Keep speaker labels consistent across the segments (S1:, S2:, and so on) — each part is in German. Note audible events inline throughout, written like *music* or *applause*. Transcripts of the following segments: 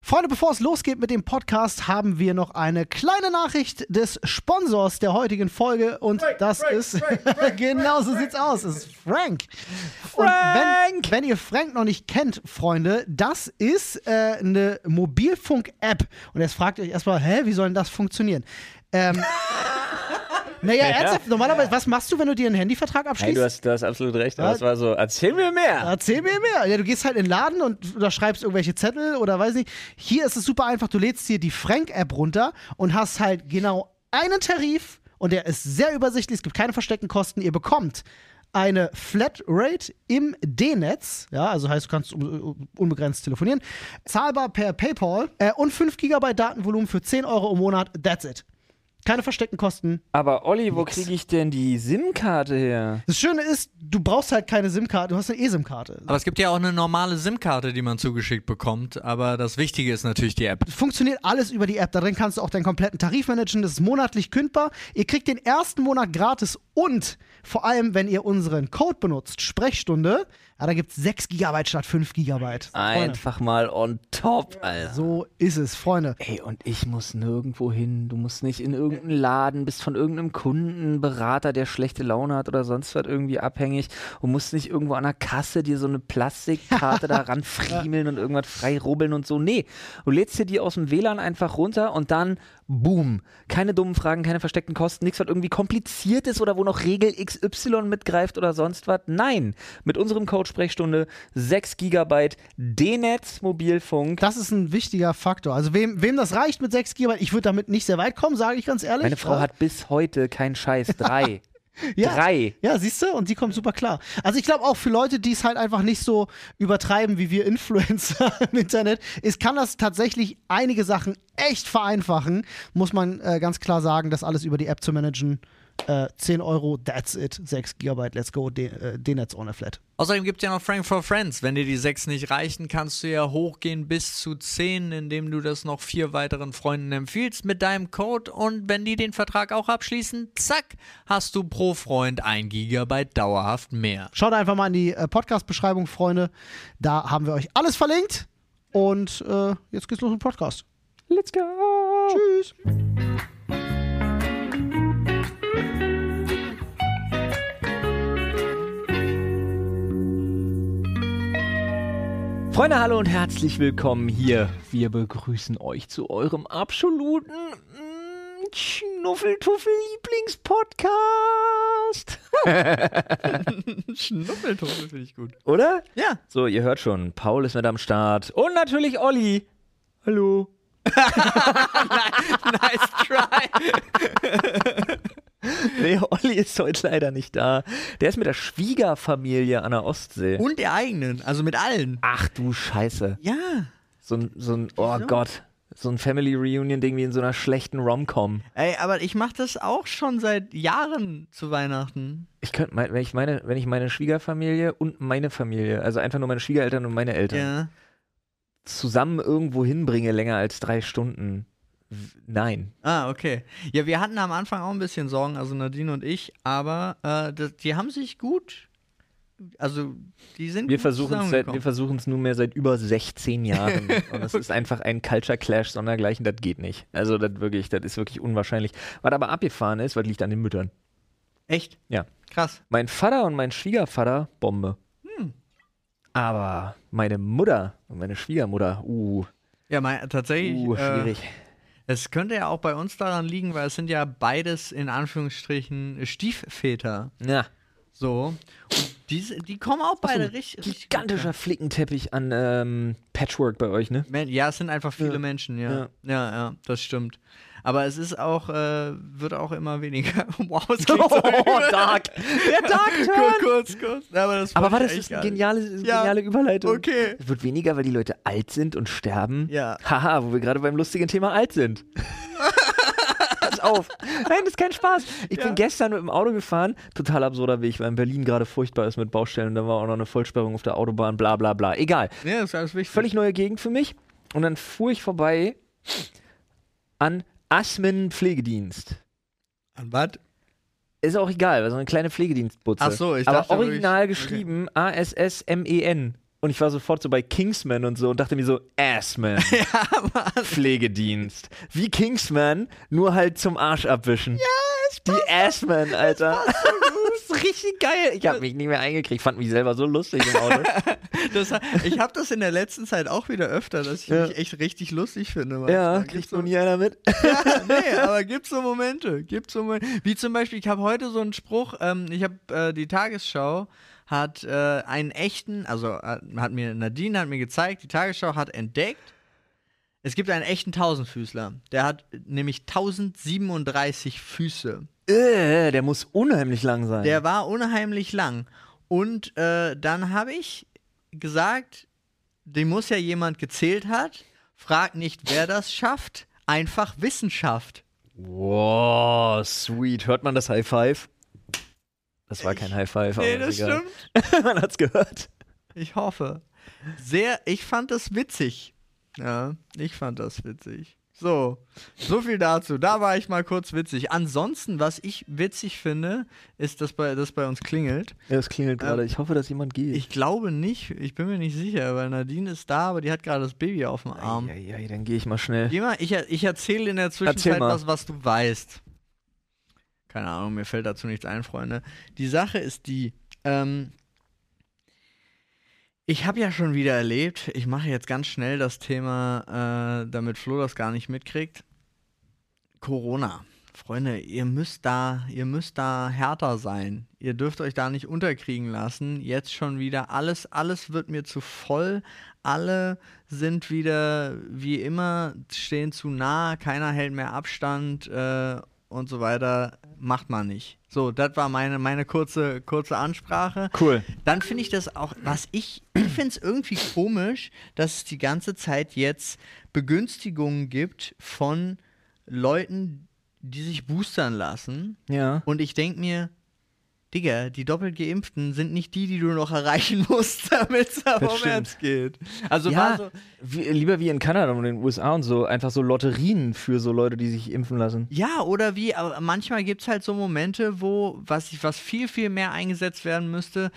S1: Freunde, bevor es losgeht mit dem Podcast, haben wir noch eine kleine Nachricht des Sponsors der heutigen Folge. Und das ist. *laughs* genau so sieht's aus. Es ist Frank. Und wenn, wenn ihr Frank noch nicht kennt, Freunde, das ist äh, eine Mobilfunk-App. Und jetzt fragt ihr euch erstmal, hä, wie soll denn das funktionieren? Ähm, naja, ernsthaft, normalerweise, was machst du, wenn du dir einen Handyvertrag
S2: Hey,
S1: abschließt?
S2: du hast, du hast absolut recht. Aber es war so, erzähl mir mehr.
S1: Erzähl mir mehr. Ja, du gehst halt in den Laden und unterschreibst irgendwelche Zettel oder weiß nicht. Hier ist es super einfach. Du lädst dir die Frank-App runter und hast halt genau einen Tarif und der ist sehr übersichtlich. Es gibt keine versteckten Kosten. Ihr bekommt eine Flatrate im D-Netz, ja, also heißt, du kannst un- unbegrenzt telefonieren, zahlbar per PayPal äh, und 5 GB Datenvolumen für 10 Euro im Monat. That's it. Keine versteckten Kosten.
S2: Aber Olli, wo kriege ich denn die SIM-Karte her?
S1: Das Schöne ist, du brauchst halt keine SIM-Karte, du hast eine E-SIM-Karte.
S3: Aber es gibt ja auch eine normale SIM-Karte, die man zugeschickt bekommt. Aber das Wichtige ist natürlich die App.
S1: funktioniert alles über die App. Darin kannst du auch deinen kompletten Tarif managen. Das ist monatlich kündbar. Ihr kriegt den ersten Monat gratis und vor allem, wenn ihr unseren Code benutzt, Sprechstunde, ja, da gibt es 6 GB statt 5 GB.
S2: Einfach mal on top, Alter.
S1: So ist es, Freunde.
S2: Ey, und ich muss nirgendwo hin. Du musst nicht in irgendeinen Laden, bist von irgendeinem Kundenberater, der schlechte Laune hat oder sonst was irgendwie abhängig und musst nicht irgendwo an der Kasse dir so eine Plastikkarte da ranfriemeln und irgendwas freirubbeln und so. Nee, du lädst dir die aus dem WLAN einfach runter und dann boom. Keine dummen Fragen, keine versteckten Kosten, nichts, was irgendwie kompliziert ist oder wo noch Regel XY mitgreift oder sonst was. Nein, mit unserem Code Sprechstunde 6 GB D-Netz Mobilfunk.
S1: Das ist ein wichtiger Faktor. Also wem, wem das reicht mit 6 GB, ich würde damit nicht sehr weit kommen, sage ich ganz ehrlich.
S2: Meine Frau hat bis heute keinen Scheiß. Drei.
S1: ja.
S2: Drei.
S1: Ja, siehst du? Und die kommt super klar. Also ich glaube auch für Leute, die es halt einfach nicht so übertreiben wie wir Influencer *laughs* im Internet, es kann das tatsächlich einige Sachen echt vereinfachen. Muss man äh, ganz klar sagen, das alles über die App zu managen. Äh, 10 Euro, that's it. 6 GB, let's go. D- äh, D-Netz ohne Flat.
S3: Außerdem gibt es ja noch Frank for Friends. Wenn dir die sechs nicht reichen, kannst du ja hochgehen bis zu zehn, indem du das noch *laughs* vier weiteren Freunden empfiehlst mit deinem Code. Und wenn die den Vertrag auch abschließen, zack, hast du pro Freund ein Gigabyte dauerhaft mehr.
S1: Schaut einfach mal in die äh, Podcast-Beschreibung, Freunde. Da haben wir euch alles verlinkt. Und äh, jetzt geht's los mit dem Podcast.
S2: Let's go.
S1: Tschüss.
S2: Freunde, hallo und herzlich willkommen hier. Wir begrüßen euch zu eurem absoluten mm, Schnuffeltuffel-Lieblingspodcast. *laughs*
S3: Schnuppeltone finde ich gut.
S2: Oder?
S3: Ja.
S2: So, ihr hört schon, Paul ist mit am Start. Und natürlich Olli. Hallo.
S3: *laughs* Nice try.
S2: Nee, Olli ist heute leider nicht da. Der ist mit der Schwiegerfamilie an der Ostsee.
S3: Und der eigenen, also mit allen.
S2: Ach du Scheiße.
S3: Ja.
S2: So ein, so ein oh Gott, so ein Family Reunion-Ding wie in so einer schlechten Rom-Com.
S3: Ey, aber ich mache das auch schon seit Jahren zu Weihnachten.
S2: Ich könnte, mein- wenn ich meine, wenn ich meine Schwiegerfamilie und meine Familie, also einfach nur meine Schwiegereltern und meine Eltern,
S3: Ja.
S2: zusammen irgendwo hinbringe länger als drei Stunden. w- Nein.
S3: Ah, okay. Ja, wir hatten am Anfang auch ein bisschen Sorgen, also Nadine und ich, aber äh, das, die haben sich gut. Also, die sind
S2: Wir
S3: gut
S2: versuchen es seit- wir
S3: zusammengekommen.
S2: versuchen es nunmehr seit über 16
S3: *laughs*
S2: Jahren. Und es ist einfach ein Culture Clash sondergleichen, das geht nicht. Also das wirklich, das ist wirklich unwahrscheinlich. Was aber abgefahren ist, was liegt an den Müttern.
S3: Echt?
S2: Ja.
S3: Krass.
S2: Mein Vater und mein Schwiegervater, Bombe.
S3: Hm.
S2: Aber meine Mutter und meine Schwiegermutter, uh,
S3: Ja, mein, tatsächlich.
S2: uh
S3: äh,
S2: schwierig.
S3: es könnte ja auch bei uns daran liegen, weil es sind ja beides in Anführungsstrichen Stiefväter.
S2: ja.
S3: So. Und die, die kommen auch beide richtig. richtig gut klar.
S2: Gigantischer Flickenteppich an ähm, Patchwork bei euch, ne?
S3: Men ja, es sind einfach viele Menschen, ja. ja.
S2: Ja.
S3: Ja, das stimmt. Aber es ist auch, äh, wird auch immer weniger. *laughs* wow, es klingt
S2: *laughs*
S3: so übel.
S2: Der Oh, Dark
S3: *laughs* kurz, kurz, kurz. Aber, das
S2: Aber
S3: wollte
S2: warte, das
S3: ich
S2: ist
S3: echt
S2: eine
S3: gar
S2: geniale, ist eine
S3: Ja.
S2: geniale Überleitung.
S3: Okay.
S2: Es wird weniger, weil die Leute alt sind und sterben.
S3: Ja.
S2: Haha, wo wir gerade beim lustigen Thema alt
S3: *laughs*
S2: sind. Pass auf. Nein, das ist kein Spaß. Ich bin gestern mit dem Auto gefahren. Total absurder Weg, weil in Berlin gerade furchtbar ist mit Baustellen. Und da war auch noch eine Vollsperrung auf der Autobahn. Bla, bla, bla. Egal.
S3: nicht. Ja, das ist alles wichtig.
S2: Völlig neue Gegend für mich. Und dann fuhr ich vorbei an Asmen Pflegedienst.
S3: An was?
S2: Ist auch egal, weil so eine kleine Pflegedienstputze.
S3: Ach so, ich
S2: Aber
S3: dachte wirklich-
S2: original
S3: okay.
S2: geschrieben A-S-S-M-E-N. E Und ich war sofort so bei Kingsman und so und dachte mir so,
S3: *laughs*
S2: Assman. Pflegedienst. Wie Kingsman, nur halt zum Arsch abwischen. Ja, Die Assman, Alter. Das *laughs* ist richtig geil. Ich habe mich nicht mehr eingekriegt, fand mich selber so lustig im
S3: *laughs*
S2: Auto.
S3: Das, ich habe das in der letzten Zeit auch wieder öfter, dass ich mich echt richtig lustig finde. manchmal.
S2: ja,
S3: Gibt's
S2: kriegt
S3: so-
S2: nur nie einer mit.
S3: ja, nee, aber gibt so Momente, gibt so Momente. Wie zum Beispiel, ich habe heute so einen Spruch, ähm, ich habe äh, die Tagesschau hat äh, einen echten, also äh, hat mir Nadine hat mir gezeigt, die Tagesschau hat entdeckt, es gibt einen echten Tausendfüßler. Der hat nämlich 1037 Füße.
S2: Äh, der muss unheimlich lang sein.
S3: Der war unheimlich lang. Und äh, dann habe ich gesagt, den muss ja jemand gezählt hat. Frag nicht, wer das schafft, einfach Wissenschaft.
S2: wow, sweet. Hört man das High Five? Das war kein High Five.
S3: Nee,
S2: aber
S3: das
S2: ist egal.
S3: stimmt.
S2: man hat's gehört.
S3: Ich hoffe. Sehr, ich fand das witzig. Ja, ich fand das witzig. So, so viel dazu. Da war ich mal kurz witzig. Ansonsten, was ich witzig finde, ist, dass bei, dass bei uns klingelt.
S2: Ja, es klingelt gerade.
S3: Ähm,
S2: Ich hoffe, dass jemand geht.
S3: Ich glaube nicht, ich bin mir nicht sicher, weil Nadine ist da, aber die hat gerade das Baby auf dem Arm.
S2: ja, Ähm, ja, dann gehe ich mal schnell.
S3: Geh mal, ich, er- ich erzähle in der
S2: Äh, Erzähl
S3: Zwischenzeit
S2: mal.
S3: was, was du weißt. Keine Ahnung, mir fällt dazu nichts ein, Freunde. Die Sache ist die, ähm, ich habe ja schon wieder erlebt, ich mache jetzt ganz schnell das Thema, äh, damit Flo das gar nicht mitkriegt, Corona. Freunde, ihr müsst da, ihr müsst da härter sein. Ihr dürft euch da nicht unterkriegen lassen. Jetzt schon wieder alles, alles wird mir zu voll. Alle sind wieder wie immer stehen zu nah. Keiner hält mehr Abstand äh, und so weiter. Macht man nicht. So, das war meine meine kurze kurze Ansprache
S2: Cool.
S3: dann finde ich das auch, was ich, ich finde es irgendwie komisch, dass es die ganze Zeit jetzt Begünstigungen gibt von Leuten, die sich boostern lassen.
S2: Ja.
S3: Und ich denke mir, Digga, die doppelt Geimpften sind nicht die, die du noch erreichen musst, *laughs* damit es vorwärts geht. Also war
S2: ja,
S3: so,
S2: wie, lieber wie in Kanada und den USA und so, einfach so Lotterien für so Leute, die sich impfen lassen.
S3: Ja, oder wie, aber manchmal gibt es halt so Momente, wo, was, ich- was viel, viel mehr eingesetzt werden müsste,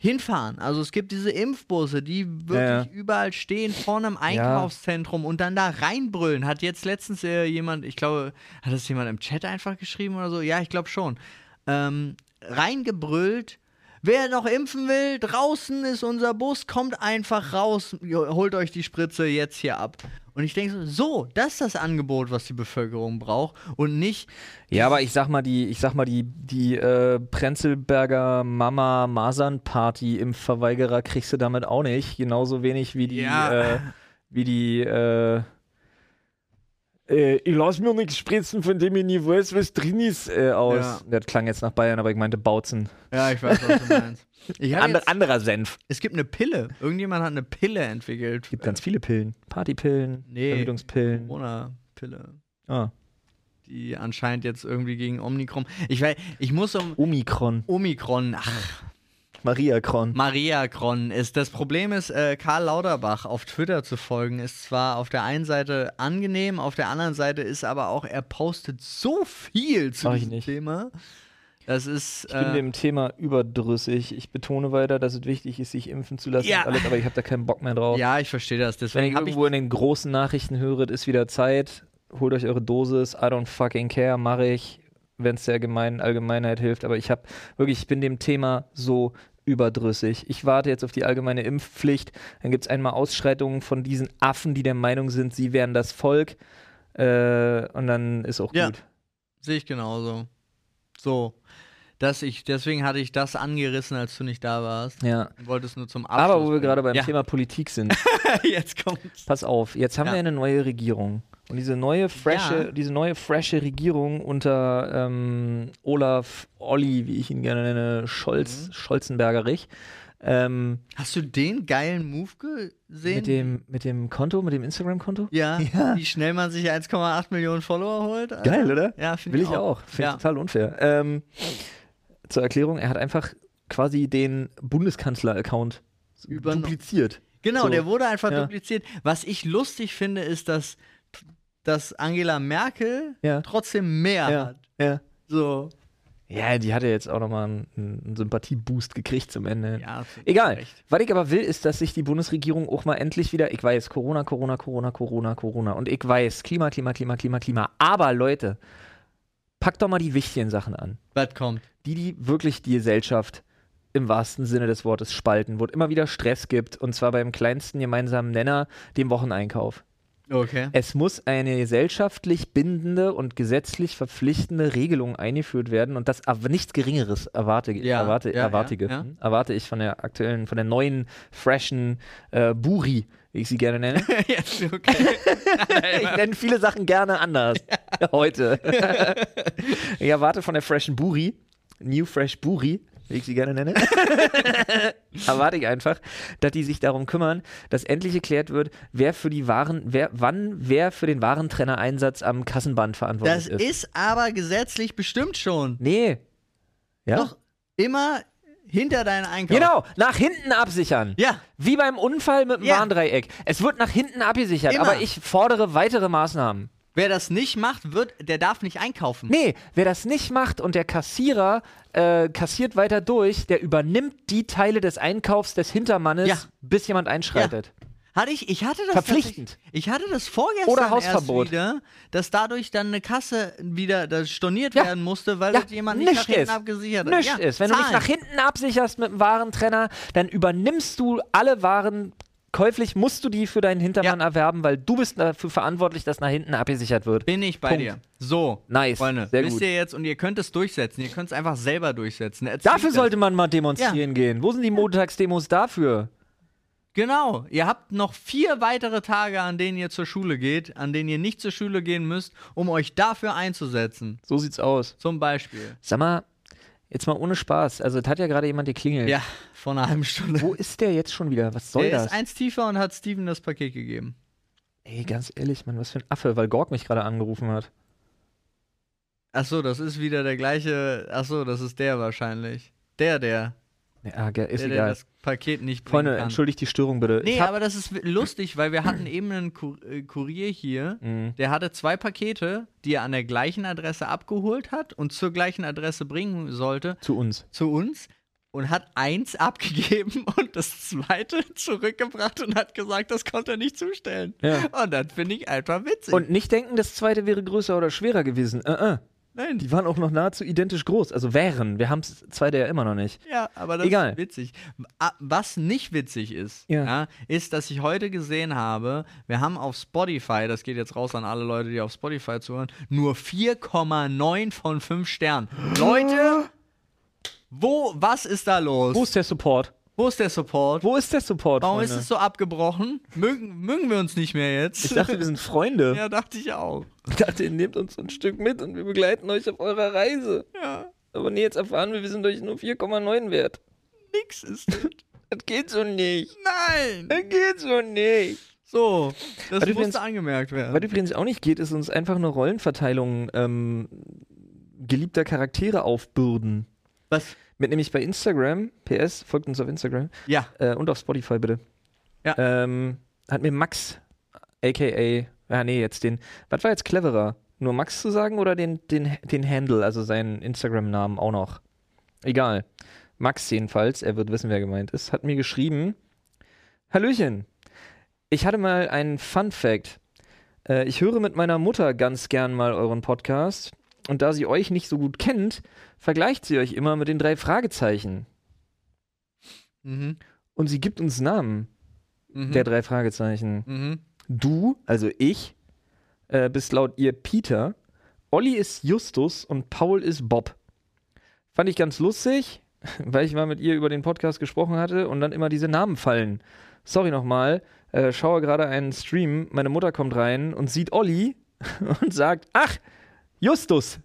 S3: hinfahren. Also es gibt diese Impfbusse, die
S2: Ja, ja.
S3: wirklich überall stehen, vorne im Einkaufszentrum und dann da reinbrüllen. Hat jetzt letztens äh, jemand, ich glaube, hat das jemand im Chat einfach geschrieben oder so? Ja, ich glaube schon. Ähm, reingebrüllt. Wer noch impfen will, draußen ist unser Bus, kommt einfach raus, holt euch die Spritze jetzt hier ab. Und ich denke so, so, das ist das Angebot, was die Bevölkerung braucht und nicht,
S2: Ja, aber ich sag mal, die, ich sag mal, die, die äh, Prenzlberger Mama Masern Party im Verweigerer kriegst du damit auch nicht. Genauso wenig wie die,
S3: Ja.
S2: äh, wie die, äh, äh, ich lass mir nichts spritzen, von dem ich nie weiß, was drin ist, äh, aus. Das klang jetzt nach Bayern, aber ich meinte Bautzen.
S3: Ja, ich weiß, was du meinst. Ich hab
S2: Ander,
S3: jetzt,
S2: anderer Senf.
S3: es gibt eine Pille. Irgendjemand hat eine Pille entwickelt.
S2: Gibt ganz viele Pillen. Partypillen,
S3: Nee.
S2: Verhütungspillen.
S3: Corona-Pille.
S2: Ah,
S3: Die anscheinend jetzt irgendwie gegen Omikron. Ich weiß, ich muss um
S2: Omikron,
S3: Omikron. Ach,
S2: Mariakron.
S3: Maria Kron ist. Das Problem ist, äh, Karl Lauterbach auf Twitter zu folgen, ist zwar auf der einen Seite angenehm, auf der anderen Seite ist aber auch, er postet so viel zu
S2: Mach ich
S3: diesem
S2: nicht.
S3: Thema. Das ist. äh,
S2: Ich bin dem Thema überdrüssig. Ich betone weiter, dass es wichtig ist, sich impfen zu lassen
S3: Ja.
S2: und alles, aber ich habe da keinen Bock mehr drauf.
S3: ja, ich verstehe das.
S2: Wenn ich
S3: Deswegen habe ich
S2: irgendwo in den großen Nachrichten höre, ist wieder Zeit, holt euch eure Dosis, I don't fucking care, mache ich, wenn es der gemeinen Allgemeinheit hilft. Aber ich habe wirklich, ich bin dem Thema so überdrüssig. Ich warte jetzt auf die allgemeine Impfpflicht. Dann gibt es einmal Ausschreitungen von diesen Affen, die der Meinung sind, sie wären das Volk. Äh, und dann ist auch
S3: Ja.
S2: gut.
S3: Sehe ich genauso. So. Dass ich, deswegen hatte ich das angerissen, als du nicht da warst.
S2: Ja.
S3: Ich wollte es nur zum Abschluss.
S2: Aber wo wir
S3: bringen.
S2: gerade beim
S3: ja.
S2: Thema Politik sind,
S3: *laughs* Jetzt kommt's.
S2: Pass auf, jetzt haben
S3: Ja.
S2: wir eine neue Regierung. Und diese neue, frische,
S3: Ja.
S2: diese neue, frische Regierung unter ähm, Olaf Olli, wie ich ihn gerne nenne, Scholz,
S3: Mhm.
S2: Scholzenbergerich, ähm,
S3: Hast du den geilen Move gesehen?
S2: mit, dem, mit dem Konto, mit dem Instagram-Konto?
S3: ja,
S2: *laughs* Ja.
S3: Wie schnell man sich 1,8 Millionen Follower holt. Alter.
S2: Geil, oder?
S3: Ja, finde
S2: Will ich auch. Finde ich
S3: Ja.
S2: total unfair. Ähm, zur Erklärung, er hat einfach quasi den Bundeskanzler-Account
S3: Übernommen.
S2: dupliziert.
S3: Genau,
S2: So.
S3: der wurde einfach
S2: Ja.
S3: dupliziert. Was ich lustig finde, ist, dass, dass Angela Merkel
S2: Ja.
S3: trotzdem mehr
S2: Ja.
S3: hat.
S2: ja.
S3: So.
S2: Ja, die hat ja jetzt auch nochmal einen, einen Sympathieboost gekriegt zum Ende.
S3: Ja, absolut
S2: Egal.
S3: recht.
S2: Was ich aber will, ist, dass sich die Bundesregierung auch mal endlich wieder, ich weiß, Corona, Corona, Corona, Corona, Corona und ich weiß, Klima, Klima, Klima, Klima, Klima. Aber Leute, packt doch mal die wichtigen Sachen an.
S3: Was kommt?
S2: Die, die wirklich die Gesellschaft im wahrsten Sinne des Wortes spalten, wo es immer wieder Stress gibt und zwar beim kleinsten gemeinsamen Nenner, dem Wocheneinkauf. *laughs*
S3: Okay.
S2: Es muss eine gesellschaftlich bindende und gesetzlich verpflichtende Regelung eingeführt werden und das aber nichts Geringeres erwarte,
S3: Ja,
S2: erwarte,
S3: ja, ja,
S2: erwartige,
S3: ja.
S2: hm, erwarte ich von der aktuellen, von der neuen, freshen äh, Buri, wie ich sie gerne nenne.
S3: ja, okay.
S2: ich nenne viele Sachen gerne anders. Heute. *laughs* ich erwarte von der freshen Buri, New Fresh Buri, wie ich sie gerne nenne, *laughs* erwarte ich einfach, dass die sich darum kümmern, dass endlich geklärt wird, wer für die Waren, wer, wann wer für den Warentrennereinsatz am Kassenband verantwortlich *laughs*
S3: Das
S2: ist.
S3: ist aber gesetzlich bestimmt schon.
S2: Nee. Ja?
S3: Doch immer hinter deinen Einkauf.
S2: Genau, nach hinten absichern.
S3: Ja.
S2: Wie beim Unfall mit dem
S3: Ja.
S2: Warndreieck. Es wird nach hinten abgesichert,
S3: Immer.
S2: aber ich fordere weitere Maßnahmen.
S3: Wer das nicht macht, wird, der darf nicht einkaufen.
S2: Nee, wer das nicht macht und der Kassierer äh, kassiert weiter durch, der übernimmt die Teile des Einkaufs des Hintermannes,
S3: Ja.
S2: bis jemand einschreitet.
S3: Hatte ich, ich hatte das
S2: Verpflichtend.
S3: tatsächlich- Ich hatte das vorgestern
S2: Oder Hausverbot.
S3: erst wieder, dass dadurch dann eine Kasse wieder das storniert
S2: Ja.
S3: werden musste, weil
S2: Ja,
S3: das Also jemand nicht nach
S2: nichts
S3: hinten
S2: ist.
S3: abgesichert hat.
S2: Nichts
S3: Ja,
S2: ist. Wenn du nicht
S3: Zahlen.
S2: nach hinten absicherst mit dem Warentrenner, dann übernimmst du alle Waren. Käuflich musst du die für deinen Hintermann
S3: Ja.
S2: erwerben, weil du bist dafür verantwortlich, dass nach hinten abgesichert wird.
S3: Bin ich bei
S2: Punkt.
S3: dir. So,
S2: Nice.
S3: Freunde,
S2: Sehr
S3: wisst
S2: gut.
S3: ihr jetzt und ihr könnt es durchsetzen. Ihr könnt es einfach selber durchsetzen. Erzählt
S2: Dafür
S3: das.
S2: sollte man mal demonstrieren gehen. Wo sind die Montagsdemos dafür?
S3: Genau, ihr habt noch vier weitere Tage, an denen ihr zur Schule geht, an denen ihr nicht zur Schule gehen müsst, um euch dafür einzusetzen.
S2: So sieht's aus.
S3: Zum Beispiel.
S2: Sag mal, jetzt mal ohne Spaß. Also, es hat ja gerade jemand geklingelt.
S3: Ja, vor einer halben Stunde.
S2: Wo ist der jetzt schon wieder? Was soll
S3: Der
S2: das?
S3: ist eins tiefer und hat Steven das Paket gegeben.
S2: Ey, ganz ehrlich, Mann, was für ein Affe, weil Gorg mich gerade angerufen hat.
S3: Achso, das ist wieder der gleiche. Achso, das ist der wahrscheinlich. Der, der.
S2: Ja, ah, ge- ist
S3: der, der
S2: egal.
S3: das Paket nicht bringen
S2: Freunde,
S3: kann.
S2: entschuldigt die Störung bitte.
S3: Nee,
S2: ich hab,
S3: aber das ist w- lustig, weil wir hatten eben einen Kur äh, Kurier hier,
S2: Mhm.
S3: der hatte zwei Pakete, die er an der gleichen Adresse abgeholt hat und zur gleichen Adresse bringen sollte,
S2: zu uns.
S3: zu uns und hat eins *laughs* abgegeben und das zweite *laughs* zurückgebracht und hat gesagt, das konnte er nicht zustellen.
S2: Ja.
S3: Und das finde ich einfach witzig.
S2: Und nicht denken, das zweite wäre größer oder schwerer gewesen. Äh, äh.
S3: Nein,
S2: Die waren auch noch nahezu identisch groß. Also wären. Wir haben das zweite ja immer noch nicht.
S3: Ja, aber das
S2: Egal.
S3: ist witzig. Ah, Was nicht witzig ist,
S2: Ja.
S3: ja. ist, dass ich heute gesehen habe, wir haben auf Spotify, das geht jetzt raus an alle Leute, die auf Spotify zuhören, nur 4,9 von 5 Sternen. Leute, wo, was ist da los?
S2: Wo ist der Support?
S3: Wo ist der Support?
S2: Wo ist der Support?
S3: Warum
S2: Freunde?
S3: ist es so abgebrochen? Mögen, mögen wir uns nicht mehr jetzt?
S2: ich dachte, wir sind Freunde.
S3: ja, dachte ich auch.
S2: Ich dachte, ihr nehmt uns ein Stück mit und wir begleiten euch auf eurer Reise.
S3: Ja,
S2: Aber nee, jetzt erfahren wir, wir sind euch nur 4,9 wert.
S3: nix ist.
S2: Das geht so nicht.
S3: Nein!
S2: Das geht so nicht.
S3: So, das
S2: Warte, übrigens-
S3: musste angemerkt
S2: Was
S3: werden.
S2: übrigens auch nicht geht, ist uns einfach eine Rollenverteilung ähm, geliebter Charaktere aufbürden.
S3: Was?
S2: Mit nämlich bei Instagram, PS, folgt uns auf Instagram
S3: Ja,
S2: äh, und auf Spotify bitte.
S3: Ja.
S2: Ähm, hat mir Max, aka, ah nee, jetzt den, was war jetzt cleverer? Nur Max zu sagen oder den, den, den Handle, also seinen Instagram-Namen auch noch? Egal. Max jedenfalls, er wird wissen, wer gemeint ist, hat mir geschrieben: Hallöchen, ich hatte mal einen Fun Fact. Äh, ich höre mit meiner Mutter ganz gern mal euren Podcast und da sie euch nicht so gut kennt, vergleicht sie euch immer mit den drei Fragezeichen.
S3: mhm.
S2: Und sie gibt uns Namen
S3: Mhm.
S2: der drei Fragezeichen.
S3: mhm.
S2: Du, also ich, äh, bist laut ihr Peter, Olli ist Justus und Paul ist Bob. Fand ich ganz lustig, *laughs* weil ich mal mit ihr über den Podcast gesprochen hatte und dann immer diese Namen fallen. Sorry nochmal, äh, schaue gerade einen Stream, meine Mutter kommt rein und sieht Olli *laughs* und sagt, ach, Justus.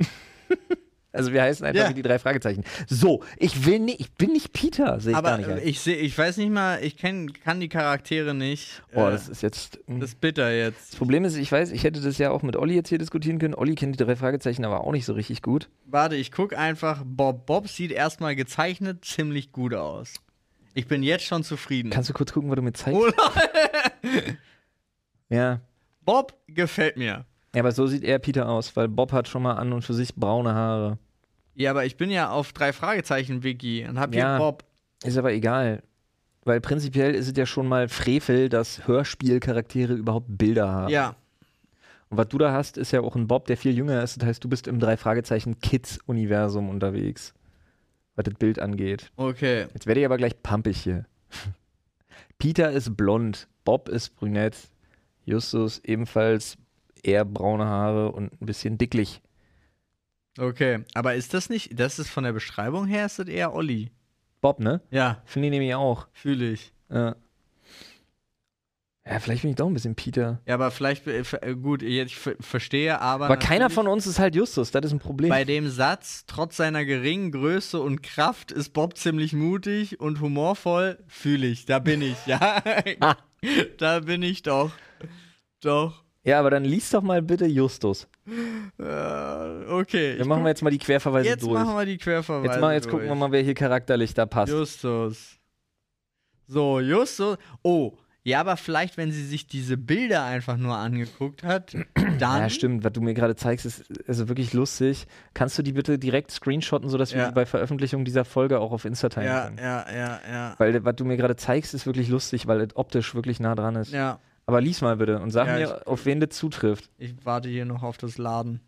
S2: *laughs* also wir heißen einfach
S3: Ja.
S2: wie die drei Fragezeichen. So, ich will nicht, ich bin nicht Peter, sehe ich
S3: Aber
S2: gar nicht.
S3: äh,
S2: ein.
S3: ich sehe, ich weiß nicht mal, ich kenn, kann die Charaktere nicht.
S2: Oh,
S3: Äh,
S2: das ist jetzt. mhm.
S3: das ist bitter
S2: Das
S3: jetzt.
S2: Problem ist, ich weiß, ich hätte das ja auch mit Olli jetzt hier diskutieren können. Olli kennt die drei Fragezeichen aber auch nicht so richtig gut.
S3: Warte, ich guck einfach. Bob Bob sieht erstmal gezeichnet ziemlich gut aus. Ich bin jetzt schon zufrieden.
S2: Kannst du kurz gucken, was du mir zeigst?
S3: Oh
S2: Ja.
S3: Bob gefällt mir.
S2: Ja, aber so sieht er Peter aus, weil Bob hat schon mal an und für sich braune Haare.
S3: Ja, aber ich bin ja auf drei Fragezeichen Wiki und hab hier
S2: Ja.
S3: Bob.
S2: Ist aber egal. Weil prinzipiell ist es ja schon mal Frevel, dass Hörspielcharaktere überhaupt Bilder haben.
S3: Ja.
S2: Und was du da hast, ist ja auch ein Bob, der viel jünger ist. Das heißt, du bist im Drei-Fragezeichen-Kids-Universum unterwegs. Was das Bild angeht.
S3: Okay.
S2: Jetzt werde ich aber gleich pampig hier. *laughs* Peter ist blond, Bob ist brünett, Justus ebenfalls eher braune Haare und ein bisschen dicklich.
S3: Okay. Aber ist das nicht, das ist von der Beschreibung her, ist das eher Olli.
S2: Bob, ne?
S3: Ja,
S2: Finde ich nämlich auch.
S3: fühle ich.
S2: Ja. ja, vielleicht bin ich doch ein bisschen Peter.
S3: Ja, aber vielleicht, äh, f- äh, gut, jetzt ver- verstehe, aber.
S2: Aber keiner
S3: natürlich-
S2: von uns ist halt Justus, das ist ein Problem.
S3: Bei dem Satz, trotz seiner geringen Größe und Kraft ist Bob ziemlich mutig und humorvoll, fühle ich. Da bin ich,
S2: *laughs*
S3: ja. da bin ich doch. Doch.
S2: ja, aber dann liest doch mal bitte Justus.
S3: Äh, okay.
S2: Dann
S3: ich
S2: machen
S3: guck-
S2: wir jetzt mal die Querverweise
S3: jetzt
S2: durch.
S3: machen wir die Querverweise.
S2: jetzt mal, jetzt gucken wir
S3: durch.
S2: mal, wer hier charakterlich da passt.
S3: Justus. So, Justus. Oh, ja, aber vielleicht, wenn sie sich diese Bilder einfach nur angeguckt hat,
S2: *clears throat*
S3: dann.
S2: Ja, stimmt, was du mir gerade zeigst, ist also wirklich lustig. Kannst du die bitte direkt screenshotten, sodass wir
S3: Ja.
S2: die bei Veröffentlichung dieser Folge auch auf Insta teilen
S3: Ja,
S2: können?
S3: ja, ja, ja.
S2: Weil was du mir gerade zeigst, ist wirklich lustig, weil es optisch wirklich nah dran ist.
S3: Ja,
S2: Aber lies mal bitte und sag
S3: Ja,
S2: mir, auf wen das zutrifft.
S3: ich warte hier noch auf das Laden.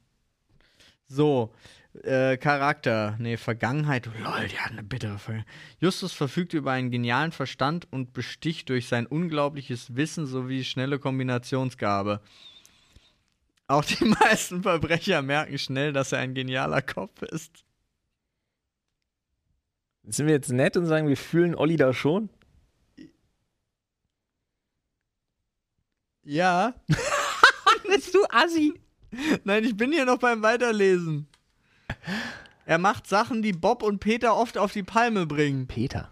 S3: So, äh, Charakter, nee, Vergangenheit. Oh, lol, die hat eine bittere Vergangenheit. Justus verfügt über einen genialen Verstand und besticht durch sein unglaubliches Wissen sowie schnelle Kombinationsgabe. Auch die *laughs* meisten Verbrecher merken schnell, dass er ein genialer Kopf ist.
S2: Sind wir jetzt nett und sagen, wir fühlen Olli da schon?
S3: Ja.
S2: *laughs* Bist du Assi?
S3: Nein, ich bin hier noch beim Weiterlesen. Er macht Sachen, die Bob und Peter oft auf die Palme bringen.
S2: Peter.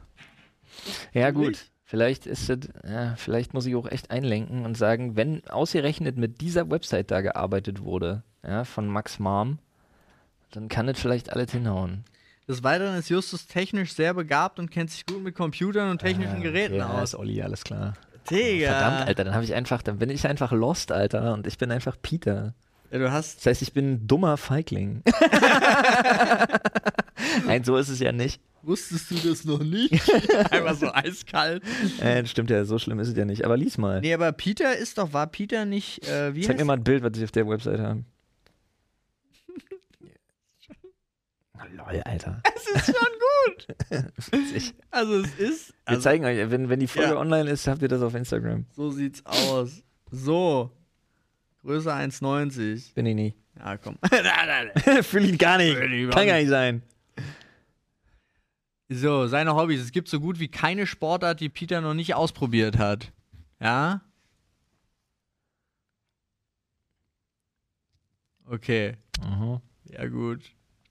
S2: Ja,
S3: Natürlich.
S2: gut. Vielleicht ist das, ja, vielleicht muss ich auch echt einlenken und sagen, wenn ausgerechnet mit dieser Website da gearbeitet wurde, ja, von Max Marm, dann kann das vielleicht alles hinhauen.
S3: Des Weiteren ist Justus technisch sehr begabt und kennt sich gut mit Computern und technischen Geräten
S2: Ah, ja,
S3: aus.
S2: ist Olli, alles klar.
S3: Digga.
S2: Verdammt, Alter, dann habe ich einfach, dann bin ich einfach lost, Alter, und ich bin einfach Peter.
S3: Ja, du hast.
S2: Das heißt, ich bin ein dummer
S3: *laughs*
S2: Feigling. Nein, so ist es ja nicht.
S3: Wusstest du das noch
S2: *laughs*
S3: nicht? Einfach so eiskalt.
S2: Äh, stimmt ja, so schlimm ist es ja nicht. Aber lies mal.
S3: Nee, aber Peter ist doch, war Peter nicht. Äh, wie
S2: Zeig mir
S3: heißt
S2: mal ein Bild, was sie auf der Website
S3: *laughs*
S2: haben. Na, Lol, Alter.
S3: *laughs* Es ist schon gut.
S2: Witzig.
S3: Also, es ist.
S2: Wir
S3: Also,
S2: zeigen euch, wenn, wenn die Folge
S3: Ja.
S2: online ist, habt ihr das auf Instagram.
S3: so sieht's aus. So. Größe 1,90.
S2: Bin ich
S3: *laughs*
S2: nie.
S3: Ja, komm.
S2: *laughs* Fühl ihn gar nicht.
S3: Fühl ihn
S2: Kann
S3: überhaupt
S2: gar nicht sein.
S3: So, seine Hobbys. Es gibt so gut wie keine Sportart, die Peter noch nicht ausprobiert hat. Ja? Okay, ja gut.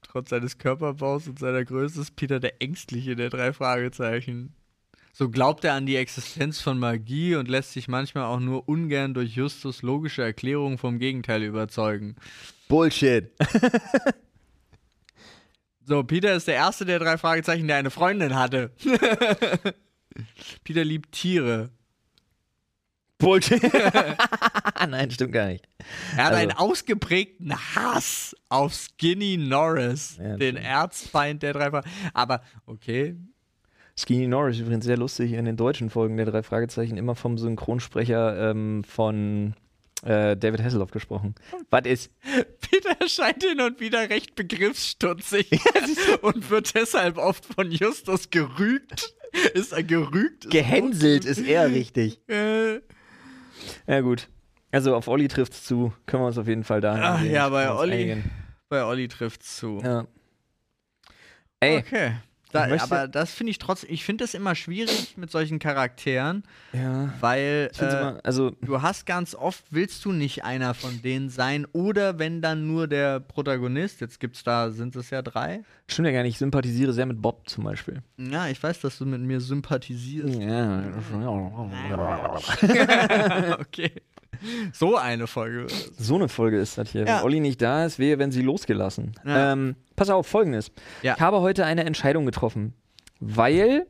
S3: Trotz seines Körperbaus und seiner Größe ist Peter der Ängstliche der drei Fragezeichen. So glaubt er an die Existenz von Magie und lässt sich manchmal auch nur ungern durch Justus logische Erklärungen vom Gegenteil überzeugen.
S2: Bullshit.
S3: So, Peter ist der erste der drei Fragezeichen, der eine Freundin hatte. *laughs* Peter liebt Tiere.
S2: Bullshit. *laughs* Nein, stimmt gar nicht.
S3: Er hat
S2: Also-
S3: einen ausgeprägten Hass auf Skinny Norris,
S2: Ja,
S3: den
S2: natürlich.
S3: Erzfeind der drei Fra- Aber okay, *laughs*
S2: Skinny Norris übrigens sehr lustig in den deutschen Folgen der drei Fragezeichen immer vom Synchronsprecher ähm, von äh, David Hasselhoff gesprochen. Was ist?
S3: Peter erscheint hin und wieder recht
S2: *laughs*
S3: begriffsstutzig und wird deshalb oft von Justus gerügt. Ist er gerügt? Ist
S2: Gehänselt ist eher richtig.
S3: Äh,
S2: Ja, gut. Also auf Olli trifft's zu. Können wir uns auf jeden Fall da
S3: Ach
S2: einigen.
S3: ja, bei
S2: Können wir uns
S3: Olli.
S2: einigen.
S3: bei Olli trifft zu.
S2: Ja. Ey,
S3: Okay. Da,
S2: Ich möchte-
S3: aber das finde ich trotzdem, ich finde es immer schwierig mit solchen Charakteren,
S2: ja.
S3: weil
S2: Ich find's
S3: äh,
S2: immer, also
S3: du hast ganz oft, willst du nicht einer von denen sein oder wenn dann nur der Protagonist, jetzt gibt's da, sind es ja drei.
S2: stimmt ja gar nicht, ich sympathisiere sehr mit Bob zum Beispiel.
S3: Ja, ich weiß, dass du mit mir sympathisierst.
S2: Ja.
S3: *laughs* okay. So eine Folge.
S2: So eine Folge ist das hier.
S3: Ja.
S2: Wenn Olli nicht da ist, wehe, wenn sie losgelassen.
S3: Ja.
S2: Ähm, pass auf, folgendes.
S3: Ja.
S2: Ich habe heute eine Entscheidung getroffen, weil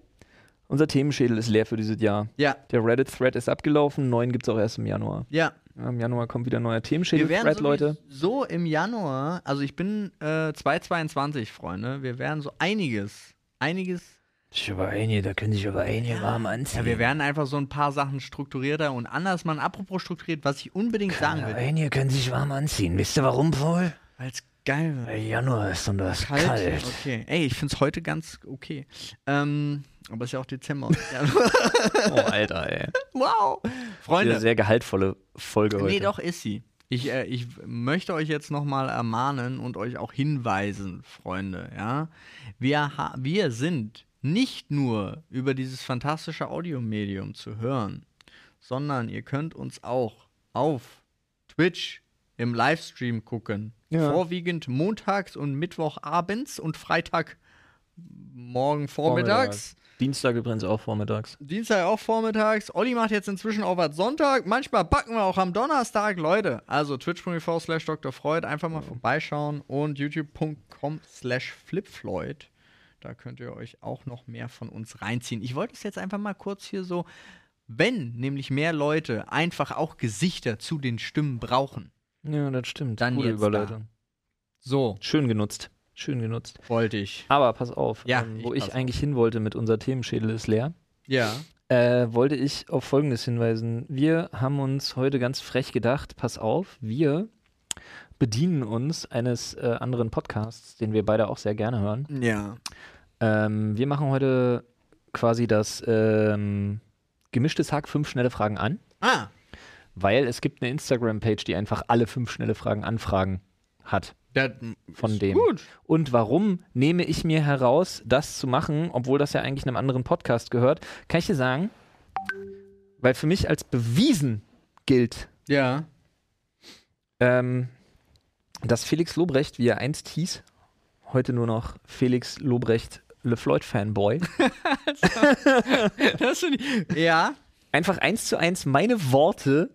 S2: unser Themenschädel ist leer für dieses Jahr.
S3: Ja,
S2: Der Reddit-Thread ist abgelaufen, neuen gibt's auch erst im Januar.
S3: ja.
S2: Im Januar kommt wieder ein neuer
S3: Wir
S2: Themenschädel.
S3: werden
S2: Thread, Leute.
S3: so im Januar, also ich bin äh, 222, Freunde, wir werden so einiges, einiges
S2: Ich über einige, da können sich über einige warm
S3: Ja,
S2: anziehen.
S3: wir werden einfach so ein paar Sachen strukturierter und anders machen. Apropos strukturiert, was ich unbedingt sagen will,
S2: einige können sich warm anziehen. Wisst ihr warum, Paul?
S3: weil es geil wird.
S2: Weil Januar ist und das ist
S3: Kalt. Okay. Ey, ich find's heute ganz okay. Ähm, aber ist ja auch Dezember. *laughs* Ja.
S2: Oh, Alter,
S3: *laughs*
S2: ey.
S3: wow.
S2: Eine
S3: Freunde.
S2: sehr gehaltvolle Folge heute.
S3: Nee, doch ist sie. Ich, äh, ich möchte euch jetzt nochmal ermahnen und euch auch hinweisen, Freunde. Ja? Wir, ha- wir sind nicht nur über dieses fantastische Audiomedium zu hören, sondern ihr könnt uns auch auf Twitch im Livestream gucken.
S2: Ja.
S3: Vorwiegend montags und mittwochabends und Freitag morgen vormittags.
S2: Dienstag übrigens auch vormittags.
S3: Dienstag auch vormittags. Olli macht jetzt inzwischen auch was Sonntag. Manchmal backen wir auch am Donnerstag, Leute. Also twitch.tv slash drfreud. Einfach mal vorbeischauen. Und youtube.com slash flipfloyd. Da könnt ihr euch auch noch mehr von uns reinziehen. Ich wollte es jetzt einfach mal kurz hier so, wenn nämlich mehr Leute einfach auch Gesichter zu den Stimmen brauchen.
S2: Ja, das stimmt.
S3: Dann
S2: Gute
S3: jetzt
S2: Überleitung.
S3: So
S2: Schön genutzt. Schön genutzt.
S3: wollte ich.
S2: Aber pass auf,
S3: Ja,
S2: ähm,
S3: ich
S2: wo
S3: pass
S2: ich
S3: auf.
S2: eigentlich hin wollte mit unser Themenschädel ist leer,
S3: Ja.
S2: äh, wollte ich auf Folgendes hinweisen. Wir haben uns heute ganz frech gedacht, pass auf, wir bedienen uns eines äh, anderen Podcasts, den wir beide auch sehr gerne hören.
S3: Ja.
S2: Ähm, wir machen heute quasi das ähm, gemischtes Hack fünf schnelle Fragen an,
S3: Ah.
S2: weil es gibt eine Instagram-Page, die einfach alle fünf schnelle Fragen anfragen hat.
S3: Das
S2: Von
S3: ist
S2: dem.
S3: Gut.
S2: Und warum nehme ich mir heraus, das zu machen, obwohl das ja eigentlich einem anderen Podcast gehört? Kann ich dir sagen, weil für mich als bewiesen gilt,
S3: *laughs* Ja.
S2: ähm, dass Felix Lobrecht, wie er einst hieß, heute nur noch Felix Lobrecht Le Floyd Fanboy,
S3: Das finde ich. Ja.
S2: einfach eins zu eins meine Worte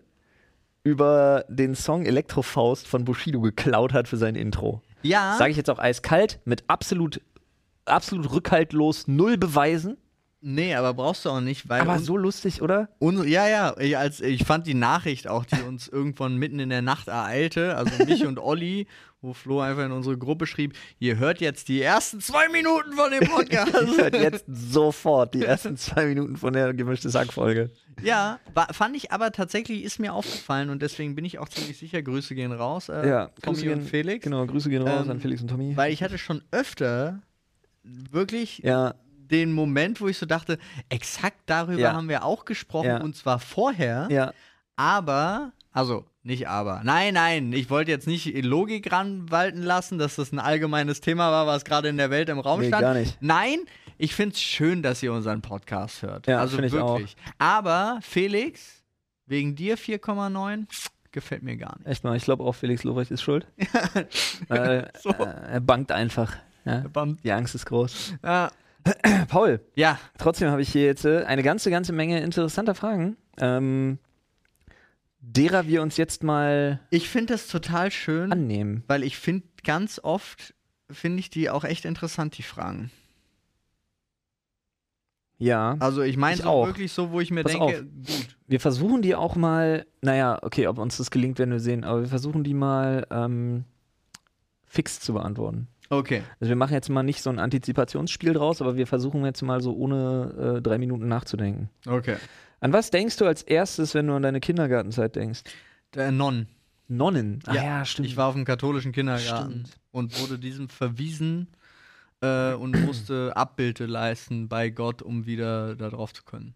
S2: über den Song Elektrofaust von Bushido geklaut hat für sein Intro.
S3: Ja.
S2: Sage ich jetzt auch eiskalt, mit absolut, absolut rückhaltlos, null Beweisen.
S3: Nee, aber brauchst du auch nicht, weil
S2: Aber
S3: un-
S2: so lustig,
S3: *laughs*
S2: oder?
S3: Unsere- ja, ja, ich, als, ich fand die Nachricht auch, die
S2: *laughs*
S3: uns irgendwann mitten in der Nacht ereilte, also mich und Olli, wo Flo einfach in unsere Gruppe schrieb, ihr hört jetzt die ersten zwei Minuten von
S2: *laughs*
S3: dem
S2: Ich
S3: Podcast.
S2: hört jetzt sofort die
S3: *laughs*
S2: ersten zwei Minuten von der gemischte Sack-Folge.
S3: ja, war, fand ich aber tatsächlich, ist mir aufgefallen und deswegen bin ich auch ziemlich sicher, Grüße gehen raus, äh, Tommy und Felix,
S2: Genau, Grüße gehen raus
S3: Ähm,
S2: an Felix und Tommy.
S3: weil ich hatte schon öfter wirklich
S2: ja,
S3: den Moment, wo ich so dachte, exakt darüber
S2: Ja.
S3: haben wir auch gesprochen
S2: Ja.
S3: und zwar vorher.
S2: ja.
S3: Aber, also nicht aber. Nein, nein, ich wollte jetzt nicht Logik ranwalten lassen, dass das ein allgemeines Thema war, was gerade in der Welt im Raum
S2: Nee,
S3: stand.
S2: gar nicht.
S3: Nein, ich finde es schön, dass ihr unseren Podcast hört.
S2: Ja,
S3: also
S2: find ich auch.
S3: wirklich. Aber Felix, wegen dir 4,9 gefällt mir gar nicht.
S2: Echt mal, ich glaube auch Felix Lobrecht ist
S3: *laughs*
S2: schuld. äh,
S3: So.
S2: äh, er bangt einfach. Ja.
S3: Bam.
S2: Die Angst ist groß. *clears throat*
S3: Äh,
S2: Paul,
S3: ja,
S2: trotzdem habe ich hier jetzt äh, eine ganze, ganze Menge interessanter Fragen, ähm, derer wir uns jetzt mal
S3: ich finde das total schön,
S2: annehmen.
S3: weil ich finde ganz oft, finde ich die auch echt interessant, die Fragen.
S2: Ja.
S3: Also ich
S2: Ich
S3: meine
S2: auch.
S3: wirklich so, wo ich mir
S2: Pass
S3: denke,
S2: auf.
S3: gut.
S2: Wir versuchen die auch mal, naja, okay, ob uns das gelingt, werden wir sehen, aber wir versuchen die mal ähm, fix zu beantworten.
S3: Okay.
S2: Also wir machen jetzt mal nicht so ein Antizipationsspiel draus, aber wir versuchen jetzt mal so ohne äh, drei Minuten nachzudenken.
S3: Okay.
S2: An was denkst du als erstes, wenn du an deine Kindergartenzeit denkst?
S3: Der Nonnen.
S2: Nonnen. Ah
S3: Ja,
S2: ja, stimmt.
S3: Ich war auf dem katholischen Kindergarten
S2: Stimmt.
S3: und wurde diesem verwiesen äh, und musste Abbilde leisten bei Gott, um wieder da drauf zu können.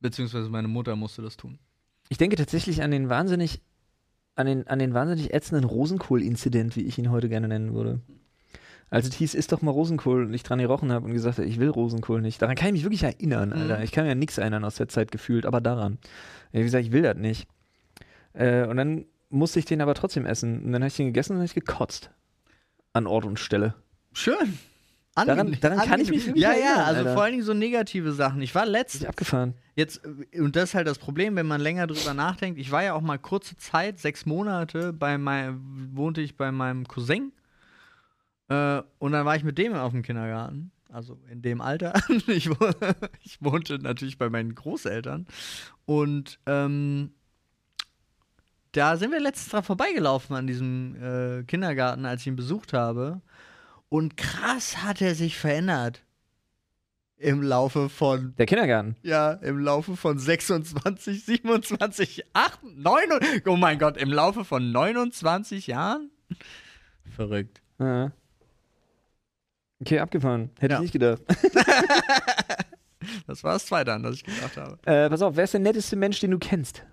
S3: Beziehungsweise meine Mutter musste das tun.
S2: ich denke tatsächlich an den wahnsinnig, an den, an den wahnsinnig ätzenden Rosenkohl-Inzident, wie ich ihn heute gerne nennen würde. Als es hieß, isst doch mal Rosenkohl und ich dran gerochen habe und gesagt habe, ich will Rosenkohl nicht. Daran kann ich mich wirklich erinnern, Alter.
S3: Mhm.
S2: Ich kann mir an nichts erinnern aus der Zeit gefühlt, aber daran. Ich habe gesagt, ich will das nicht. Äh, und dann musste ich den aber trotzdem essen. Und dann habe ich den gegessen und dann habe ich gekotzt. An Ort und Stelle.
S3: Schön.
S2: Daran- daran kann ich mich wirklich
S3: Ja, ja,
S2: erinnern,
S3: also
S2: Alter.
S3: vor allen Dingen so negative Sachen. Ich war
S2: Ist
S3: letzt,
S2: abgefahren.
S3: jetzt, äh, und das ist halt das Problem, wenn man länger drüber nachdenkt. Ich war ja auch mal kurze Zeit, sechs Monate, bei mein, wohnte ich bei meinem Cousin. Äh, und dann war ich mit dem auf dem Kindergarten. Also in dem Alter. *laughs* Ich, wo- ich wohnte natürlich bei meinen Großeltern. Und ähm, Da sind wir letztens dran vorbeigelaufen an diesem äh, Kindergarten, als ich ihn besucht habe. Und krass hat er sich verändert. Im Laufe von,
S2: Der Kindergarten.
S3: ja, im Laufe von 26, 27, 8, 9, und- oh mein Gott, im Laufe von 29 Jahren? Verrückt. *laughs*
S2: Ja. Okay, abgefahren. Hätte
S3: Ja.
S2: ich nicht gedacht.
S3: Das war das Zweite, an das ich gedacht habe.
S2: Äh, pass auf, wer ist der netteste Mensch, den du kennst?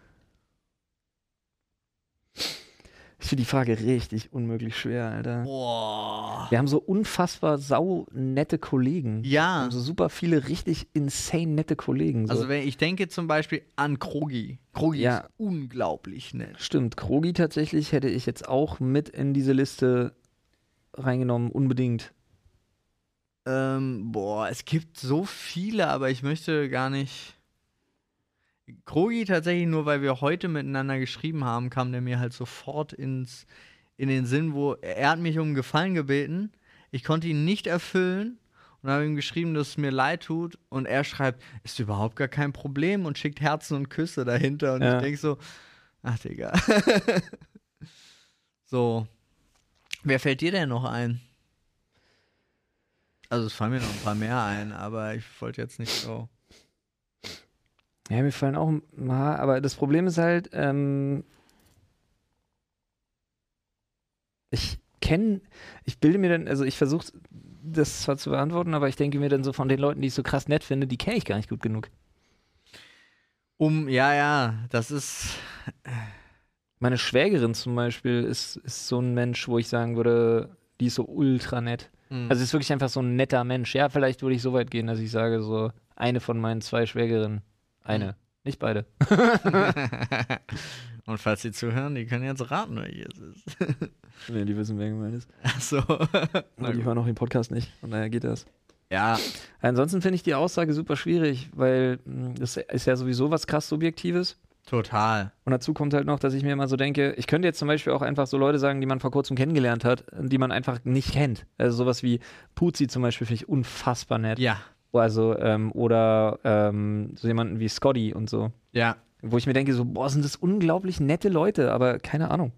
S2: Ich finde die Frage richtig unmöglich schwer, Alter.
S3: Boah.
S2: Wir haben so unfassbar sau nette Kollegen. Wir
S3: Ja,
S2: haben so super viele richtig insane nette Kollegen. So.
S3: also wenn ich denke zum Beispiel an Krogi. Krogi
S2: Ja.
S3: ist unglaublich nett.
S2: Stimmt, Krogi tatsächlich hätte ich jetzt auch mit in diese Liste reingenommen, unbedingt.
S3: Ähm, boah, es gibt so viele, aber ich möchte gar nicht. Krogi tatsächlich nur, weil wir heute miteinander geschrieben haben, kam der mir halt sofort ins, in den Sinn, wo er hat mich um einen Gefallen gebeten. Ich konnte ihn nicht erfüllen und habe ihm geschrieben, dass es mir leid tut. Und er schreibt, ist überhaupt gar kein Problem und schickt Herzen und Küsse dahinter. Und
S2: Ja.
S3: ich denke so, ach Digga. *laughs* so. Wer fällt dir denn noch ein? Also es fallen mir noch ein paar mehr ein, aber ich wollte jetzt nicht so.
S2: Ja, mir fallen auch ein paar, aber das Problem ist halt, ähm, ich kenne, ich bilde mir dann, also ich versuche das zwar zu beantworten, aber ich denke mir dann so von den Leuten, die ich so krass nett finde, die kenne ich gar nicht gut genug.
S3: Um, ja, ja, das ist.
S2: Meine Schwägerin zum Beispiel ist, ist so ein Mensch, wo ich sagen würde, die ist so ultra nett.
S3: Mh. *laughs*
S2: Also ist wirklich einfach so ein netter Mensch. Ja, vielleicht würde ich so weit gehen, dass ich sage, so eine von meinen zwei Schwägerinnen. Eine. Nicht beide.
S3: Und falls sie zuhören, die können jetzt raten, welches es ist.
S2: Nee, die wissen, wer gemeint ist.
S3: Achso. Na gut.
S2: hören auch den Podcast nicht. Von daher geht das.
S3: *laughs* Ja,
S2: Ansonsten finde ich die Aussage super schwierig, weil mh, das ist ja sowieso was krass Subjektives.
S3: total.
S2: Und dazu kommt halt noch, dass ich mir immer so denke, ich könnte jetzt zum Beispiel auch einfach so Leute sagen, die man vor kurzem kennengelernt hat, die man einfach nicht kennt. Also sowas wie Puzi zum Beispiel finde ich unfassbar nett.
S3: Ja,
S2: Also, ähm, oder ähm, so jemanden wie Scotty und so.
S3: ja.
S2: Wo ich mir denke, so, boah, sind das unglaublich nette Leute, aber keine Ahnung.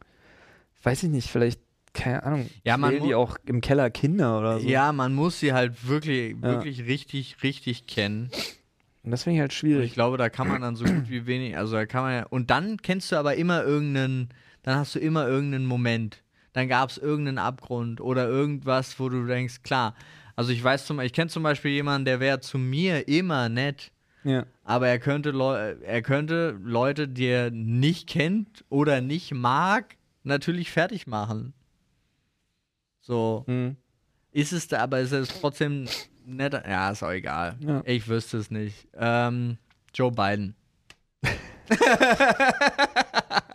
S2: Weiß ich nicht, vielleicht, keine Ahnung.
S3: Ja, man
S2: quälen die
S3: mu-
S2: auch im Keller Kinder oder so.
S3: Also Ja, man muss sie halt wirklich, wirklich richtig, richtig kennen.
S2: Und das finde ich halt
S3: Und
S2: schwierig.
S3: ich glaube, da kann man dann so gut wie wenig, also da kann man ja, und dann kennst du aber immer irgendeinen, dann hast du immer irgendeinen Moment. Dann gab es irgendeinen Abgrund oder irgendwas, wo du denkst, klar. Also ich weiß zum ich kenne zum Beispiel jemanden, der wäre zu mir immer nett,
S2: ja.
S3: aber er könnte, Leu äh, er könnte Leute, die er nicht kennt oder nicht mag, natürlich fertig machen. So.
S2: Mhm.
S3: Ist es da, aber ist es trotzdem netter? Ja, ist auch egal.
S2: Ja.
S3: Ich wüsste es nicht. Ähm, Joe Biden.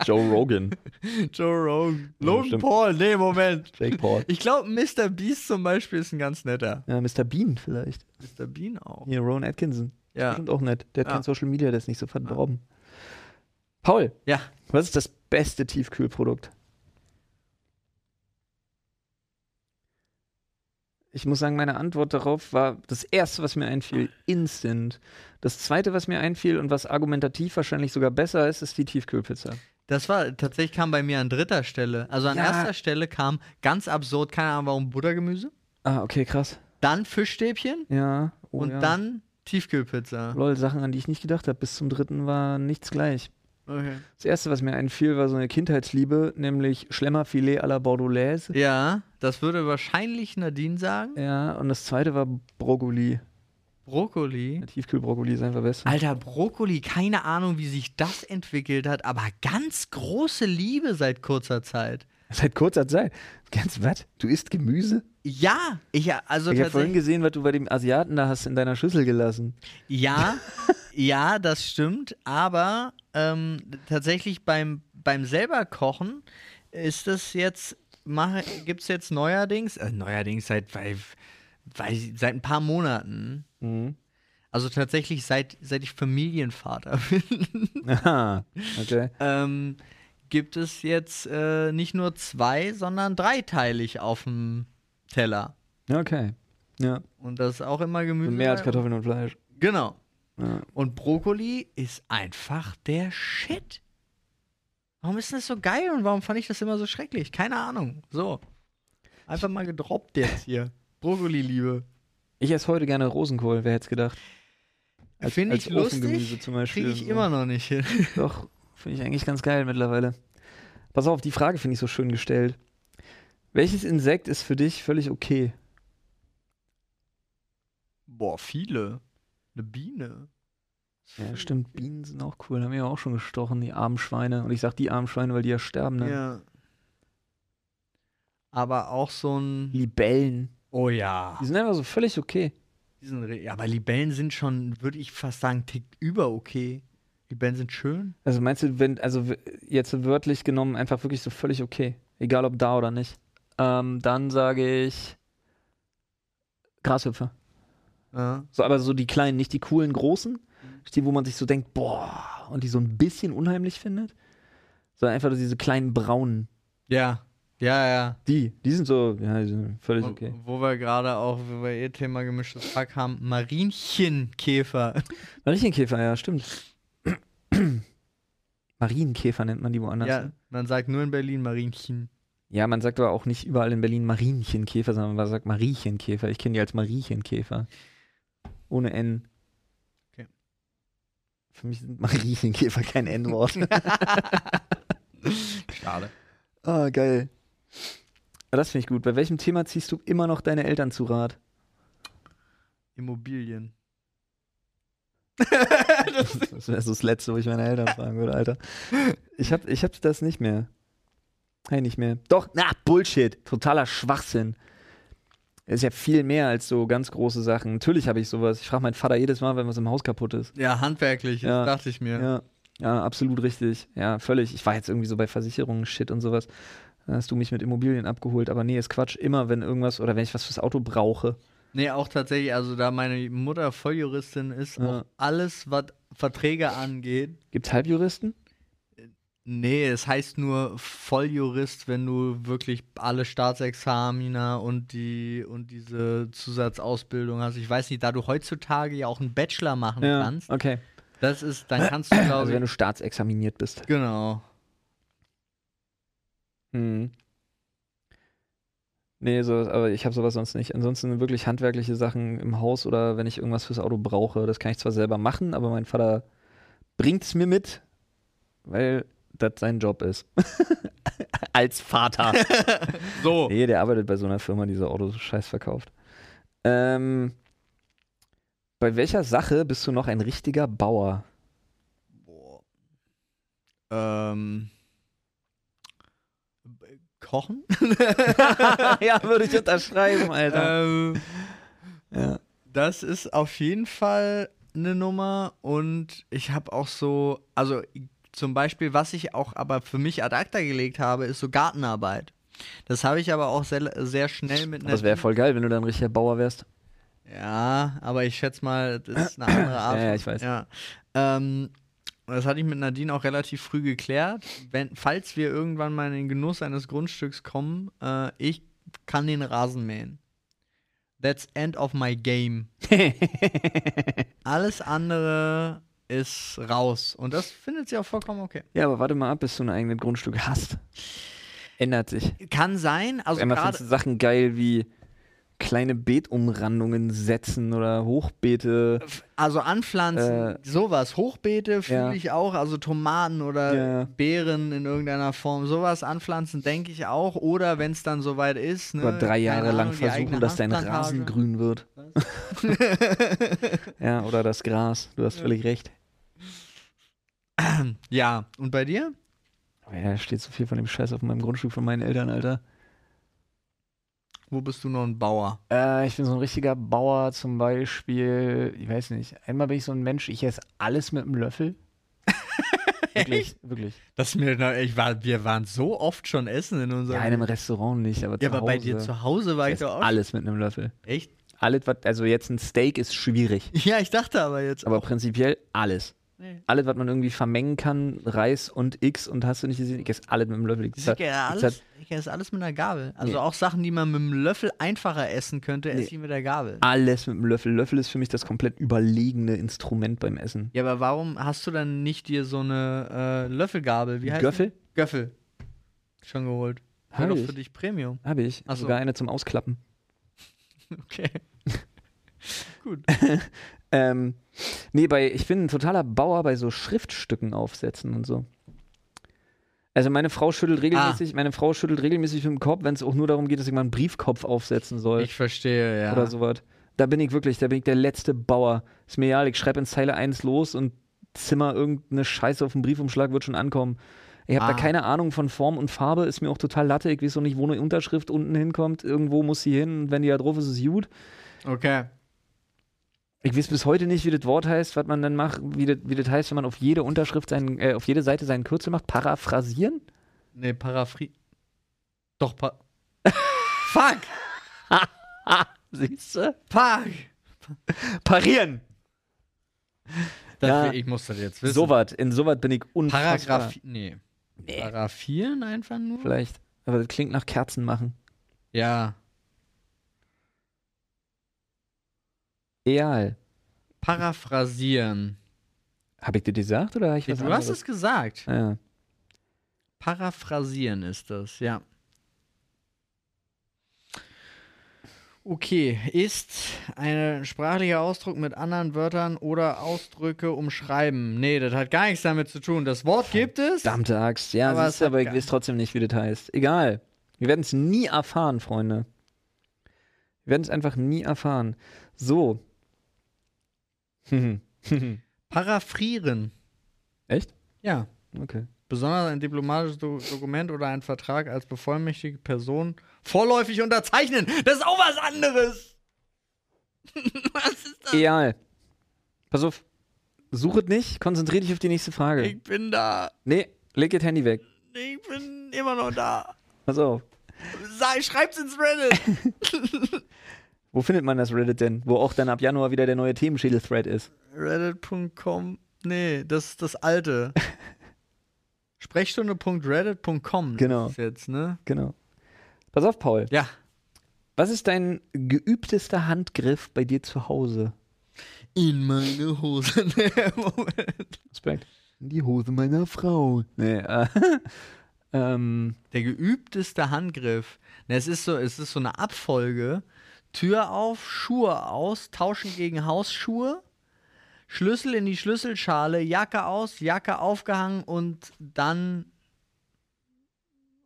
S2: Joe Rogan.
S3: *laughs* Joe Rogan. Logan
S2: stimmt.
S3: Paul, nee, Moment.
S2: Jake Paul.
S3: Ich glaube, Mr. Beast zum Beispiel ist ein ganz netter.
S2: Ja, Mr. Bean vielleicht.
S3: Mr. Bean auch.
S2: Hier, Rowan Atkinson.
S3: Ja.
S2: Bestimmt auch nett. Der hat
S3: Ja.
S2: kein Social Media, der ist nicht so verdorben. Paul,
S3: Ja.
S2: was ist das beste Tiefkühlprodukt? Ich muss sagen, meine Antwort darauf war das erste, was mir einfiel, Instant. Das zweite, was mir einfiel und was argumentativ wahrscheinlich sogar besser ist, ist die Tiefkühlpizza.
S3: Das war, tatsächlich kam bei mir an dritter Stelle. Also an
S2: Ja.
S3: erster Stelle kam ganz absurd, keine Ahnung warum, Buttergemüse.
S2: Ah, okay, krass.
S3: Dann Fischstäbchen
S2: Ja. oh
S3: und
S2: ja.
S3: dann Tiefkühlpizza.
S2: Lol, Sachen, an die ich nicht gedacht habe. Bis zum dritten war nichts gleich.
S3: Okay.
S2: Das erste, was mir einfiel, war so eine Kindheitsliebe, nämlich Schlemmerfilet à la Bordelaise.
S3: Ja, das würde wahrscheinlich Nadine sagen.
S2: Ja, und das zweite war Brokkoli.
S3: Brokkoli.
S2: Der Tiefkühlbrokkoli ist einfach besser.
S3: Alter, Brokkoli, keine Ahnung, wie sich das entwickelt hat, aber ganz große Liebe seit kurzer Zeit.
S2: Seit kurzer Zeit. Ganz was? Du isst Gemüse?
S3: Ja, ich also
S2: ich habe vorhin
S3: tatsächlich.
S2: gesehen, was du bei dem Asiaten da hast in deiner Schüssel gelassen.
S3: Ja, ja, das stimmt, aber ähm, tatsächlich beim, beim selber Kochen ist das jetzt, gibt es jetzt neuerdings, äh, neuerdings seit, weil, weil, seit ein paar Monaten,
S2: Mhm.
S3: also tatsächlich seit, seit ich Familienvater *laughs* bin,
S2: Aha. Okay.
S3: ähm, gibt es jetzt äh, nicht nur zwei, sondern dreiteilig auf dem Teller.
S2: Okay. Ja.
S3: Und das ist auch immer Gemüse.
S2: Und mehr als
S3: bei-
S2: Kartoffeln und Fleisch.
S3: Genau.
S2: Ja.
S3: Und Brokkoli ist einfach der Shit. Warum ist denn das so geil und warum fand ich das immer so schrecklich? Keine Ahnung. So. Einfach mal gedroppt
S2: *laughs*
S3: jetzt hier. Brokkoli-Liebe.
S2: Ich esse heute gerne Rosenkohl, wer hätte es gedacht.
S3: Finde ich
S2: als Ofengemüse
S3: lustig.
S2: zum Beispiel
S3: Kriege ich
S2: so.
S3: immer noch nicht hin.
S2: Doch, finde ich eigentlich ganz geil mittlerweile. Pass auf, die Frage finde ich so schön gestellt. Welches Insekt ist für dich völlig okay?
S3: Boah, viele. Eine Biene.
S2: Ja, stimmt, Bienen sind auch cool. Haben wir ja auch schon gestochen, die armen Schweine. Und ich sag die armen Schweine, weil die ja sterben. Ne?
S3: Ja. Aber auch so ein.
S2: Libellen.
S3: Oh ja.
S2: Die sind einfach so völlig okay.
S3: Die sind re- ja, aber Libellen sind schon, würde ich fast sagen, tickt über okay. Libellen sind schön.
S2: Also meinst du, wenn, also w- jetzt wörtlich genommen, einfach wirklich so völlig okay. Egal ob da oder nicht. Ähm, dann sage ich Grashüpfer.
S3: Ja.
S2: So, aber so die kleinen, nicht die coolen großen, die, wo man sich so denkt, boah, und die so ein bisschen unheimlich findet, sondern einfach diese kleinen braunen.
S3: Ja, ja. ja.
S2: Die, die sind so, ja, die sind völlig
S3: Und
S2: okay.
S3: Wo wir gerade auch, wo wir eh Thema gemischtes Pack haben, Marienchenkäfer.
S2: Marienkäfer, ja, stimmt. *clears throat* Marienkäfer nennt man die woanders.
S3: Ja,
S2: ne?
S3: man sagt nur in Berlin Marienchen.
S2: ja, man sagt aber auch nicht überall in Berlin Marienchenkäfer, sondern man sagt Mariechenkäfer. Ich kenne die als Mariechenkäfer. Ohne N.
S3: Okay.
S2: Für mich sind Mariechenkäfer kein N-Wort.
S3: *laughs* Schade.
S2: Ah, geil. Ah, Das finde ich gut. Bei welchem Thema ziehst du immer noch deine Eltern zu Rat?
S3: *laughs* Immobilien.
S2: Das wäre so das Letzte, wo ich meine Eltern fragen würde, Alter. Ich hab, ich hab das nicht mehr. Hey, nicht mehr. Doch, na, Bullshit. Totaler Schwachsinn. Ist ja viel mehr als so ganz große Sachen. Natürlich habe ich sowas. Ich frage meinen Vater jedes Mal, wenn was im Haus kaputt ist.
S3: Ja, handwerklich, das
S2: Ja.
S3: dachte ich mir.
S2: Ja, ja, absolut richtig. Ja, völlig. Ich war jetzt irgendwie so bei Versicherungen, Shit und sowas. Da hast du mich mit Immobilien abgeholt. Aber nee, ist Quatsch. Immer, wenn irgendwas oder wenn ich was fürs Auto brauche.
S3: Nee, auch tatsächlich, also da meine Mutter Volljuristin ist,
S2: Ja.
S3: auch alles, was Verträge angeht.
S2: Gibt Halbjuristen?
S3: Nee, es heißt nur Volljurist, wenn du wirklich alle Staatsexamina und die und diese Zusatzausbildung hast. Ich weiß nicht, da du heutzutage ja auch einen Bachelor machen kannst,
S2: okay.
S3: das ist, dann kannst du,
S2: Also
S3: glaube
S2: wenn
S3: ich.
S2: du staatsexaminiert bist.
S3: Genau.
S2: Mhm. Nee, sowas, aber ich habe sowas sonst nicht. Ansonsten wirklich handwerkliche Sachen im Haus oder wenn ich irgendwas fürs Auto brauche, das kann ich zwar selber machen, aber mein Vater bringt es mir mit, weil das sein Job ist. *laughs* Als Vater.
S3: So.
S2: *laughs* Nee, der arbeitet bei so einer Firma, die so Autos scheiß verkauft. Ähm, bei welcher Sache bist du noch ein richtiger Bauer?
S3: Boah. Ähm. b- Kochen?
S2: *laughs* ja, würde ich *laughs* unterschreiben, Alter.
S3: ähm,
S2: ja.
S3: Das ist auf jeden Fall eine Nummer und ich habe auch so, also i- zum Beispiel, was ich auch aber für mich ad acta gelegt habe, ist so Gartenarbeit. Das habe ich aber auch sehr, sehr schnell mit
S2: Aber Das wäre voll geil, wenn du dann richtiger Bauer wärst.
S3: Ja, aber ich schätze mal,
S2: *clears throat*
S3: das ist eine andere Art.
S2: Ja, ja, ich
S3: von-
S2: weiß.
S3: Ja. Ähm, das hatte ich mit Nadine auch relativ früh geklärt. Wenn, falls wir irgendwann mal in den Genuss eines Grundstücks kommen, äh, ich kann den Rasen mähen. That's end of my
S2: *laughs*
S3: game. Alles andere ist raus. Und das findet sie auch vollkommen okay.
S2: ja, aber warte mal ab, bis du ein eigenes Grundstück hast. Ändert sich.
S3: Kann sein, also
S2: Einmal findest du
S3: gerade.
S2: Sachen geil wie kleine Beetumrandungen setzen oder Hochbeete.
S3: Also anpflanzen, sowas. Hochbeete fühle
S2: äh, ja.
S3: ich auch, also Tomaten oder
S2: Ja.
S3: Beeren in irgendeiner Form, sowas anpflanzen, denke ich auch. Oder wenn es dann soweit ist. Ne,
S2: Über drei
S3: keine
S2: Jahre lang
S3: Ahnung, die eigene
S2: versuchen, dass dein
S3: Hanfplantage.
S2: Rasen grün wird. *laughs* ja, oder das Gras. Du hast völlig recht.
S3: *laughs* Ja, und bei dir?
S2: Aber ja, da steht so viel von dem Scheiß auf meinem Grundstück von meinen Eltern, Alter.
S3: Wo bist du noch ein Bauer?
S2: Äh, ich bin so ein richtiger Bauer zum Beispiel. Ich weiß nicht. Einmal bin ich so ein Mensch, ich esse alles mit einem Löffel.
S3: *laughs*
S2: wirklich, wirklich.
S3: Das ist mir, na, ich war, wir waren so oft schon essen in unserem.
S2: Ja, in einem Restaurant nicht, aber
S3: ja
S2: zu
S3: aber
S2: Hause.
S3: bei dir zu Hause war
S2: ich
S3: ich
S2: esse
S3: doch auch.
S2: alles mit einem Löffel.
S3: Echt? *laughs*
S2: Alles, was, also jetzt ein Steak ist schwierig,
S3: Ja, ich dachte aber jetzt.
S2: aber prinzipiell alles.
S3: Oh. Nee.
S2: Alles, was man irgendwie vermengen kann, Reis und X und hast du nicht gesehen, ich esse alles mit einem Löffel. Ich
S3: Ich esse ja
S2: ich
S3: alles, ich esse alles mit einer Gabel. Also
S2: Nee.
S3: auch Sachen, die man mit dem Löffel einfacher essen könnte, esse
S2: Nee. Ah.
S3: ich mit der Gabel.
S2: alles mit einem Löffel. Löffel ist für mich das komplett überlegene Instrument beim Essen.
S3: Ja, aber warum hast du dann nicht dir so eine äh, Löffelgabel? Wie heißt die?
S2: Göffel?
S3: Göffel. Schon geholt. Wäre
S2: Hab
S3: doch
S2: ich.
S3: für dich Premium. *laughs*
S2: Habe ich.
S3: Ach so.
S2: Sogar eine zum Ausklappen.
S3: Okay. Gut.
S2: Ähm, nee, bei, ich bin ein totaler Bauer bei so Schriftstücken aufsetzen und so. Also meine Frau schüttelt regelmäßig,
S3: Ah.
S2: meine Frau schüttelt regelmäßig mit dem Kopf, wenn es auch nur darum geht, dass ich mal einen Briefkopf aufsetzen soll
S3: Ich verstehe, ja.
S2: oder sowas. Da bin ich wirklich, da bin ich der letzte Bauer. Ist mir egal, ich schreibe in Zeile 1 los und zimmer irgendeine Scheiße auf den Briefumschlag, wird schon ankommen. Ich habe
S3: Ah.
S2: da keine Ahnung von Form und Farbe, ist mir auch total latte. Ich weiß auch nicht, wo eine Unterschrift unten hinkommt. Irgendwo muss sie hin und wenn die da drauf ist, ist gut.
S3: Okay.
S2: Ich weiß bis heute nicht, wie das Wort heißt, was man dann macht, wie das, wie das heißt, wenn man auf jede Unterschrift seinen, äh, auf jede Seite seinen Kürzel macht. Paraphrasieren?
S3: Nee, Parafri. Doch, pa *laughs* Fuck!
S2: Siehst du?
S3: Fuck!
S2: Parieren!
S3: Das
S2: Ja.
S3: will- ich muss das jetzt wissen.
S2: Sowas, in sowas bin ich unfassbar.
S3: Paragraph. Nee.
S2: Nee.
S3: Paraffieren einfach nur?
S2: Vielleicht. Aber das klingt nach Kerzen machen.
S3: Ja.
S2: Egal.
S3: Paraphrasieren.
S2: Habe ich dir gesagt oder hab ich
S3: Du
S2: was
S3: hast es gesagt.
S2: Ja.
S3: Paraphrasieren ist das, ja. Okay, ist ein sprachlicher Ausdruck mit anderen Wörtern oder Ausdrücke umschreiben. Nee, das hat gar nichts damit zu tun. Das Wort gibt es.
S2: Verdammte Axt. Ja,
S3: Aber
S2: aber,
S3: es
S2: siehst, du,
S3: hat
S2: aber ich
S3: gar-
S2: weiß trotzdem nicht, wie das heißt. Egal. Wir werden es nie erfahren, Freunde. Wir werden es einfach nie erfahren. So. *laughs*
S3: Paraphrieren.
S2: Echt?
S3: Ja.
S2: Okay.
S3: Besonders ein diplomatisches Do Dokument oder ein Vertrag als bevollmächtigte Person vorläufig unterzeichnen. Das ist auch was anderes. *laughs* was ist das?
S2: Egal. Pass auf. Suchet nicht, konzentrier dich auf die nächste Frage.
S3: Ich bin da.
S2: nee, leg das Handy weg.
S3: Ich bin immer noch da.
S2: Pass auf.
S3: Sei, schreib's ins Reddit.
S2: Wo findet man das Reddit denn? Wo auch dann ab Januar wieder der neue Themenschädel-Thread ist.
S3: Reddit.com. Nee, das ist
S2: *laughs*
S3: das alte. Sprechstunde.reddit.com.
S2: Genau.
S3: Das ist jetzt, ne?
S2: Genau. Pass auf, Paul.
S3: Ja.
S2: Was ist dein geübtester Handgriff bei dir zu Hause?
S3: In meine Hose. *laughs* Nee, Moment.
S2: Respekt. Die Hose meiner Frau. Nee, äh, *laughs* ähm,
S3: Der geübteste Handgriff. Ne, es ist so, es ist so eine Abfolge. Tür auf, Schuhe aus, tauschen gegen Hausschuhe, Schlüssel in die Schlüsselschale, Jacke aus, Jacke aufgehangen und dann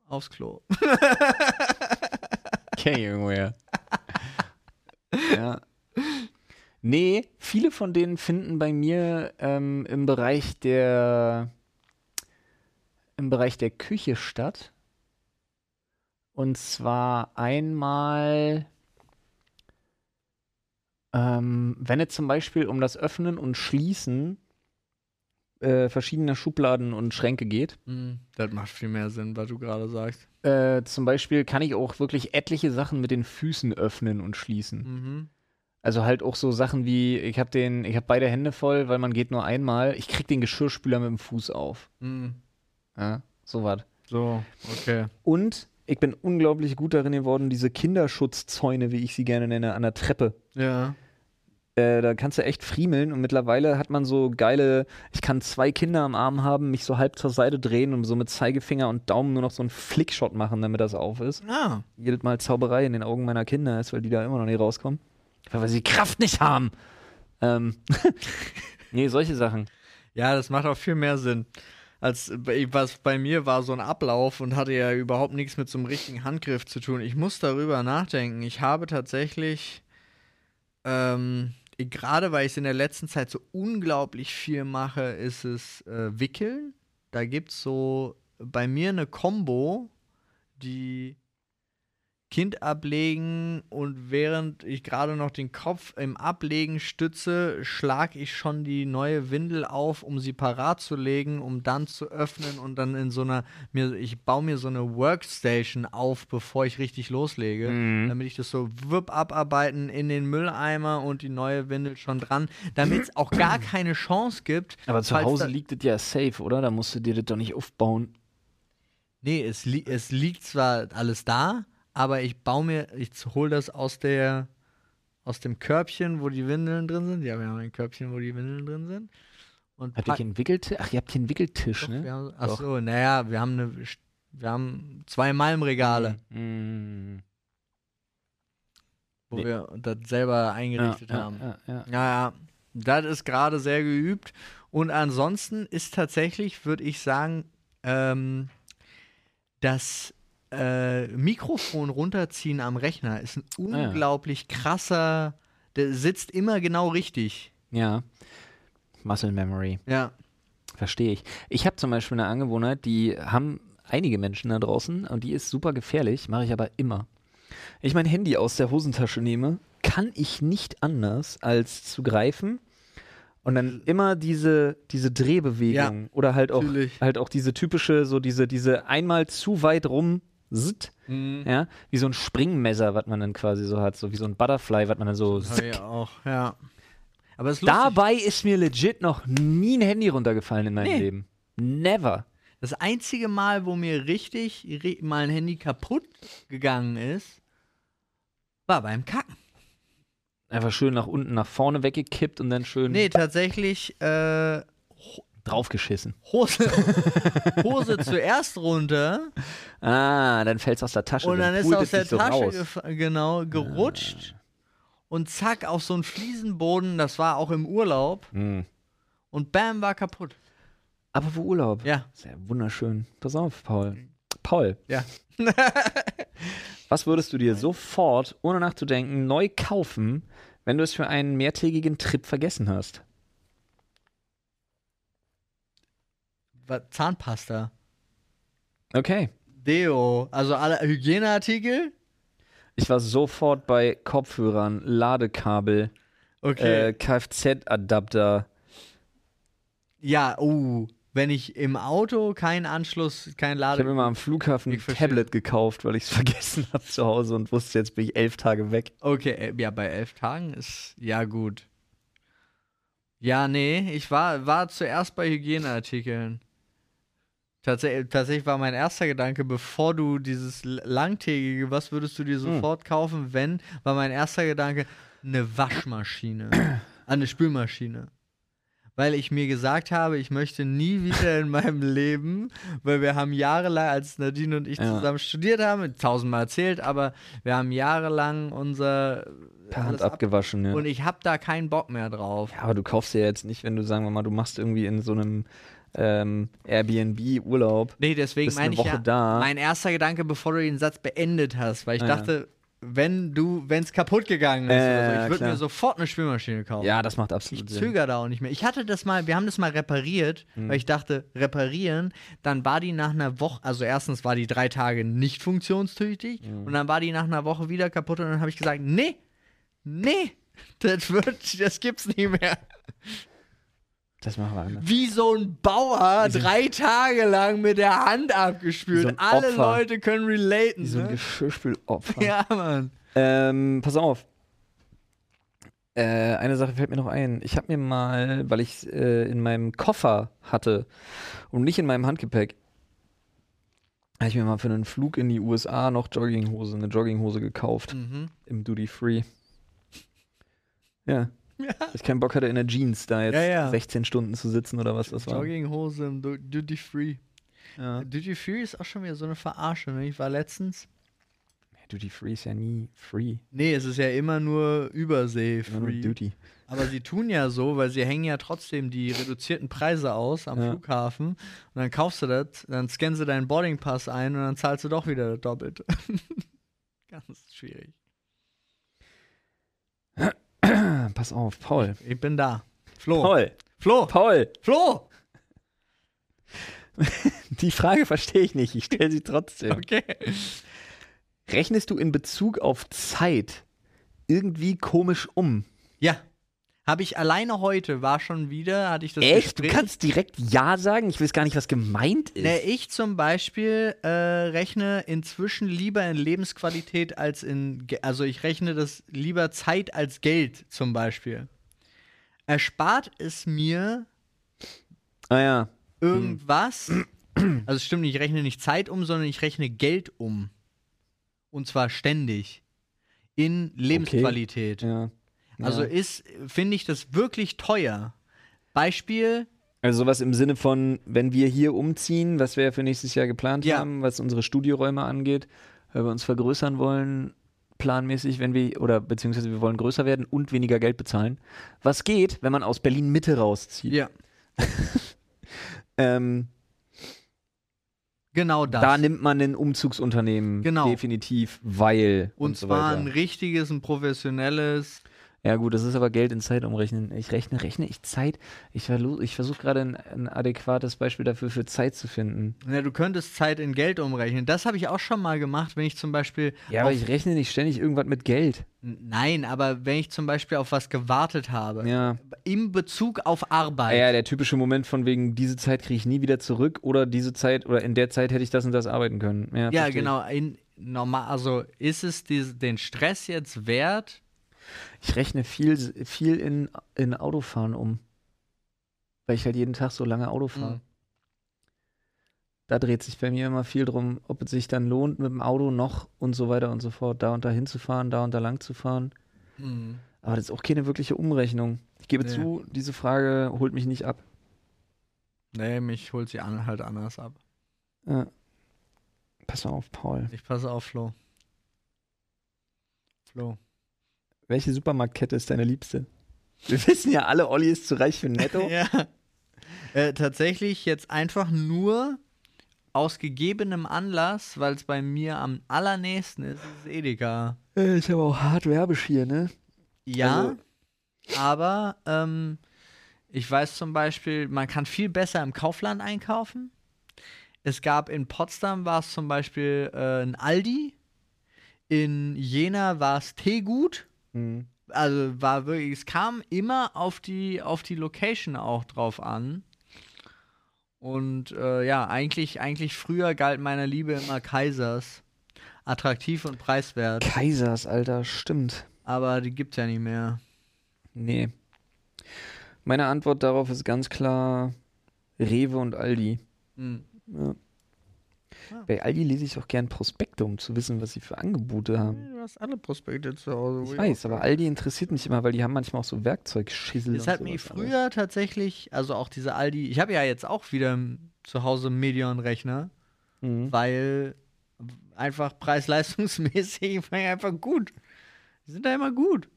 S3: aufs Klo.
S2: Okay, irgendwoher. *laughs* ja. Nee, viele von denen finden bei mir ähm, im Bereich der im Bereich der Küche statt. Und zwar einmal, ähm, wenn es zum Beispiel um das Öffnen und Schließen äh, verschiedener Schubladen und Schränke geht.
S3: Mm, Das macht viel mehr Sinn, was du gerade sagst.
S2: Äh, zum Beispiel kann ich auch wirklich etliche Sachen mit den Füßen öffnen und schließen.
S3: Mhm.
S2: Also halt auch so Sachen wie, ich habe den, ich habe beide Hände voll, weil man geht nur einmal. Ich krieg den Geschirrspüler mit dem Fuß auf.
S3: Mhm.
S2: Ja, so was.
S3: So, okay.
S2: Und ich bin unglaublich gut darin geworden, diese Kinderschutzzäune, wie ich sie gerne nenne, an der Treppe.
S3: Ja.
S2: Äh, da kannst du echt friemeln und mittlerweile hat man so geile, ich kann zwei Kinder am Arm haben, mich so halb zur Seite drehen und so mit Zeigefinger und Daumen nur noch so einen Flickshot machen, damit das auf ist.
S3: Ah.
S2: jedes Mal Zauberei in den Augen meiner Kinder ist, weil die da immer noch nicht rauskommen. Weil wir sie Kraft nicht haben. Ähm. *laughs* nee, solche Sachen.
S3: Ja, das macht auch viel mehr Sinn. Als bei- was bei mir war so ein Ablauf und hatte ja überhaupt nichts mit so einem richtigen Handgriff zu tun. Ich muss darüber nachdenken. Ich habe tatsächlich, ähm, ich- gerade weil ich es in der letzten Zeit so unglaublich viel mache, ist es äh, Wickeln. Da gibt es so bei mir eine Combo, die Kind ablegen und während ich gerade noch den Kopf im Ablegen stütze, schlag ich schon die neue Windel auf, um sie parat zu legen, um dann zu öffnen und dann in so einer mir ich baue mir so eine Workstation auf, bevor ich richtig loslege,
S2: Mhm.
S3: damit ich das so wirb abarbeiten in den Mülleimer und die neue Windel schon dran, damit es auch gar keine Chance gibt.
S2: Aber zu
S3: falls
S2: Hause
S3: da-
S2: liegt das ja safe, oder? Da musst du dir das doch nicht aufbauen.
S3: Nee, es, li es liegt zwar alles da, aber ich baue mir, ich hole das aus der aus dem Körbchen, wo die Windeln drin sind. Die haben ja auch ein Körbchen, wo die Windeln drin sind. Und
S2: Habt ihr
S3: pack-
S2: hier einen Wickeltisch? Ach, ihr habt hier einen Wickeltisch, ne?
S3: wir haben, ach so, naja, wir haben eine, wir haben zwei Malmregale,
S2: Mm.
S3: wo
S2: Nee.
S3: wir das selber eingerichtet
S2: ja,
S3: haben.
S2: Ja, ja, ja.
S3: Naja, das ist gerade sehr geübt. Und ansonsten ist tatsächlich, würde ich sagen, ähm, das äh, Mikrofon runterziehen am Rechner ist ein
S2: ja.
S3: unglaublich krasser, der sitzt immer genau richtig.
S2: ja. Muscle Memory.
S3: Ja.
S2: Verstehe ich. Ich habe zum Beispiel eine Angewohnheit, die haben einige Menschen da draußen und die ist super gefährlich, mache ich aber immer. Wenn ich mein Handy aus der Hosentasche nehme, kann ich nicht anders als zu greifen und dann immer diese, diese Drehbewegung oder halt auch,
S3: natürlich.
S2: halt auch diese typische, so diese, diese einmal zu weit rum, zzt, ja, wie so ein Springmesser, was man dann quasi so hat, so wie so ein Butterfly, was man dann so.
S3: Hab ich auch, ja. Aber es ist lustig.
S2: Dabei ist mir legit noch nie ein Handy runtergefallen in meinem
S3: Nee.
S2: Leben. Never.
S3: Das einzige Mal, wo mir richtig ri- mal ein Handy kaputt gegangen ist, war beim Kacken.
S2: Einfach schön nach unten, nach vorne weggekippt und dann schön
S3: Nee, tatsächlich äh,
S2: draufgeschissen.
S3: Hose, *laughs* Hose zuerst runter
S2: Ah, dann fällt's aus der Tasche.
S3: und dann ist
S2: pultet
S3: aus der
S2: sich so
S3: Tasche
S2: raus. Ah.
S3: gef- genau gerutscht und zack auf so einen Fliesenboden, das war auch im Urlaub
S2: Hm.
S3: und bam war kaputt.
S2: Aber wo Urlaub?
S3: Ja,
S2: Sehr wunderschön. Pass auf, Paul. Paul,
S3: ja.
S2: was würdest du dir sofort, ohne nachzudenken, neu kaufen, wenn du es für einen mehrtägigen Trip vergessen hast?
S3: Wa- Zahnpasta,
S2: Okay.
S3: Deo, also alle Hygieneartikel.
S2: Ich war sofort bei Kopfhörern, Ladekabel,
S3: Okay.
S2: äh, Kfz-Adapter.
S3: Ja, oh, wenn ich im Auto keinen Anschluss, kein
S2: Ich habe
S3: Lade.
S2: mir mal am Flughafen ein
S3: Ich verstehe.
S2: Tablet gekauft, weil ich es *laughs* vergessen habe zu Hause und wusste, jetzt bin ich elf Tage weg.
S3: Okay, äh, ja, bei elf Tagen ist ja gut. Ja, nee, ich war, war zuerst bei Hygieneartikeln. Tatsächlich, tatsächlich war mein erster Gedanke, bevor du dieses l- langtägige, was würdest du dir
S2: Hm.
S3: sofort kaufen, wenn, war mein erster Gedanke eine Waschmaschine, Ah, eine Spülmaschine. Weil ich mir gesagt habe, ich möchte nie wieder in meinem *laughs* Leben, weil wir haben jahrelang, als Nadine und ich
S2: Ja.
S3: zusammen studiert haben, tausendmal erzählt, aber wir haben jahrelang unser
S2: Per Hand
S3: äh, alles ab-
S2: abgewaschen, ja.
S3: und ich habe da keinen Bock mehr drauf.
S2: Ja, aber du kaufst ja jetzt nicht, wenn du, sagen wir mal, du machst irgendwie in so einem ähm, Airbnb Urlaub.
S3: Nee, deswegen
S2: Bist
S3: meine
S2: eine
S3: ich
S2: Woche
S3: ja,
S2: da. Ah,
S3: mein erster Gedanke, bevor du den Satz beendet hast, weil ich
S2: Ja, ja.
S3: dachte, wenn du, wenn es kaputt gegangen
S2: Äh,
S3: ist, oder so,
S2: ja,
S3: ich würde
S2: klar.
S3: mir sofort eine Spülmaschine kaufen.
S2: Ja, das macht absolut
S3: Genau. Ich
S2: Sinn. Hm.
S3: zögere da auch nicht mehr. Ich hatte das mal, wir haben das mal repariert, weil ich dachte, reparieren, dann war die nach einer Woche, also erstens war die drei Tage nicht funktionstüchtig
S2: Hm.
S3: und dann war die nach einer Woche wieder kaputt und dann habe ich gesagt, nee, nee, *laughs* das wird, das gibt's nicht mehr.
S2: Das machen wir anders.
S3: Wie so ein Bauer drei Tage lang mit der Hand abgespült.
S2: Wie so ein
S3: Alle
S2: Opfer.
S3: Leute können relaten.
S2: Wie so ein
S3: ne?
S2: Geschirrspülopfer.
S3: Ja, Mann.
S2: Ähm, pass auf. Äh, eine Sache fällt mir noch ein. Ich habe mir mal, weil ich äh, in meinem Koffer hatte und nicht in meinem Handgepäck, habe ich mir mal für einen Flug in die USA noch Jogginghose, eine Jogginghose gekauft
S3: Mhm.
S2: im Duty Free. *laughs* Ja. Weil Ich keinen Bock hatte in der Jeans da jetzt
S3: Ja, ja.
S2: 16 Stunden zu sitzen oder was das war.
S3: Jogginghose im Du- Duty Free.
S2: Ja.
S3: Duty Free ist auch schon wieder so eine Verarsche. Ne? Ich war letztens.
S2: Duty Free ist ja nie free.
S3: Nee, es ist ja immer nur Übersee
S2: Immer nur
S3: Free.
S2: Duty.
S3: Aber sie tun ja so, weil sie hängen ja trotzdem die reduzierten Preise aus am
S2: Ja.
S3: Flughafen. Und dann kaufst du das, dann scannst du deinen Boardingpass ein und dann zahlst du doch wieder das Doppelte. *laughs* Ganz schwierig.
S2: Ah, Pass auf, Paul.
S3: Ich bin da. Flo.
S2: Paul,
S3: Flo.
S2: Paul,
S3: Flo!
S2: die Frage verstehe ich nicht. Ich stelle sie trotzdem.
S3: Okay.
S2: Rechnest du in Bezug auf Zeit irgendwie komisch um?
S3: Ja. Habe ich alleine heute, war schon wieder, hatte ich das
S2: Echt? Du
S3: Gespräch.
S2: kannst direkt Ja sagen? Ich weiß gar nicht, was gemeint ist.
S3: Nee, ich zum Beispiel äh, rechne inzwischen lieber in Lebensqualität als in, Ge also ich rechne das lieber Zeit als Geld zum Beispiel. Erspart es mir
S2: Ah ja.
S3: irgendwas, also es stimmt, nicht, ich rechne nicht Zeit um, sondern ich rechne Geld um. Und zwar ständig. In Lebensqualität.
S2: Hm. ja.
S3: Also ist, finde ich das wirklich teuer. Beispiel,
S2: Also sowas im Sinne von, wenn wir hier umziehen, was wir ja für nächstes Jahr geplant
S3: Ja.
S2: haben, was unsere Studioräume angeht, weil wir uns vergrößern wollen, planmäßig, wenn wir, oder beziehungsweise wir wollen größer werden und weniger Geld bezahlen. Was geht, wenn man aus Berlin Mitte rauszieht?
S3: Ja.
S2: Ähm,
S3: Genau das.
S2: da nimmt man ein Umzugsunternehmen
S3: Genau.
S2: definitiv, weil
S3: und,
S2: und, so
S3: zwar
S2: weiter.
S3: ein richtiges, ein professionelles.
S2: Ja gut, das ist aber Geld in Zeit umrechnen. Ich rechne, rechne ich Zeit. Ich, verlo- ich versuche gerade ein, ein adäquates Beispiel dafür für Zeit zu finden.
S3: Ja, ne, du könntest Zeit in Geld umrechnen. Das habe ich auch schon mal gemacht, wenn ich zum Beispiel.
S2: Ja, aber ich rechne nicht ständig irgendwas mit Geld.
S3: Nein, aber wenn ich zum Beispiel auf was gewartet habe.
S2: Ja.
S3: Im Bezug auf
S2: Ah
S3: Arbeit.
S2: ja, der typische Moment von wegen, diese Zeit kriege ich nie wieder zurück oder diese Zeit oder in der Zeit hätte ich das und das arbeiten können. Ja,
S3: Ja,
S2: verstehe ich.
S3: genau. In, normal, also ist es dies- den Stress jetzt wert?
S2: Ich rechne viel, viel in, in Autofahren um. Weil ich halt jeden Tag so lange Auto fahre.
S3: Mhm.
S2: Da dreht sich bei mir immer viel drum, ob es sich dann lohnt, mit dem Auto noch und so weiter und so fort, da und da hinzufahren, da und da lang zu fahren.
S3: Mhm.
S2: Aber das ist auch keine wirkliche Umrechnung. Ich gebe
S3: Nee.
S2: zu, diese Frage holt mich nicht ab.
S3: Nee, mich holt sie an, halt anders ab.
S2: Ja. Pass mal auf, Paul.
S3: Ich passe auf, Flo. Flo.
S2: Welche Supermarktkette ist deine liebste? Wir wissen ja alle, Olli ist zu reich für *laughs* Netto.
S3: *laughs* Ja. Äh, tatsächlich jetzt einfach nur aus gegebenem Anlass, weil es bei mir am allernächsten ist, ist es Edeka.
S2: Äh, Ist aber auch hart werbisch hier, ne?
S3: Ja,
S2: Also-
S3: aber ähm, ich weiß zum Beispiel, man kann viel besser im Kaufland einkaufen. Es gab in Potsdam war es zum Beispiel äh, ein Aldi, in Jena war es Teegut.
S2: Mhm.
S3: Also war wirklich, es kam immer auf die, auf die Location auch drauf an. Und äh, ja, eigentlich, eigentlich früher galt meiner Liebe immer Kaisers. Attraktiv und preiswert.
S2: Kaisers, Alter, stimmt.
S3: Aber die gibt's ja nicht mehr.
S2: Nee. Meine Antwort darauf ist ganz klar Rewe und Aldi.
S3: Hm.
S2: Ja.
S3: Ah.
S2: Bei Aldi lese ich auch gern Prospekte, um zu wissen, was sie für Angebote haben.
S3: Du hast alle Prospekte zu Hause.
S2: Ich weiß, aber Aldi interessiert mich immer, weil die haben manchmal auch so Werkzeugschissel.
S3: Es hat
S2: und
S3: mich
S2: sowas alles.
S3: früher tatsächlich, also auch diese Aldi, ich habe ja jetzt auch wieder m- zu Hause einen Medion-Rechner,
S2: Mhm.
S3: weil einfach preis-leistungsmäßig *laughs* war ja einfach gut. Die sind da immer gut.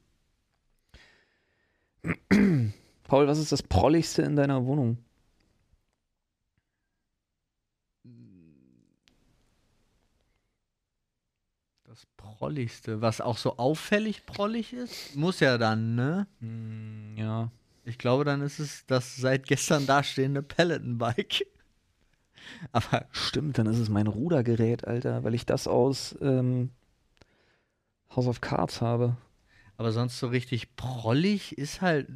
S2: Paul, was ist das Prolligste in deiner Wohnung?
S3: Das Prolligste, was auch so auffällig prollig ist, muss ja dann, ne?
S2: Ja.
S3: Ich glaube, dann ist es das seit gestern dastehende Peloton-Bike. *laughs* Aber
S2: Stimmt, dann ist es mein Rudergerät, Alter, weil ich das aus ähm, House of Cards habe.
S3: Aber sonst so richtig prollig ist halt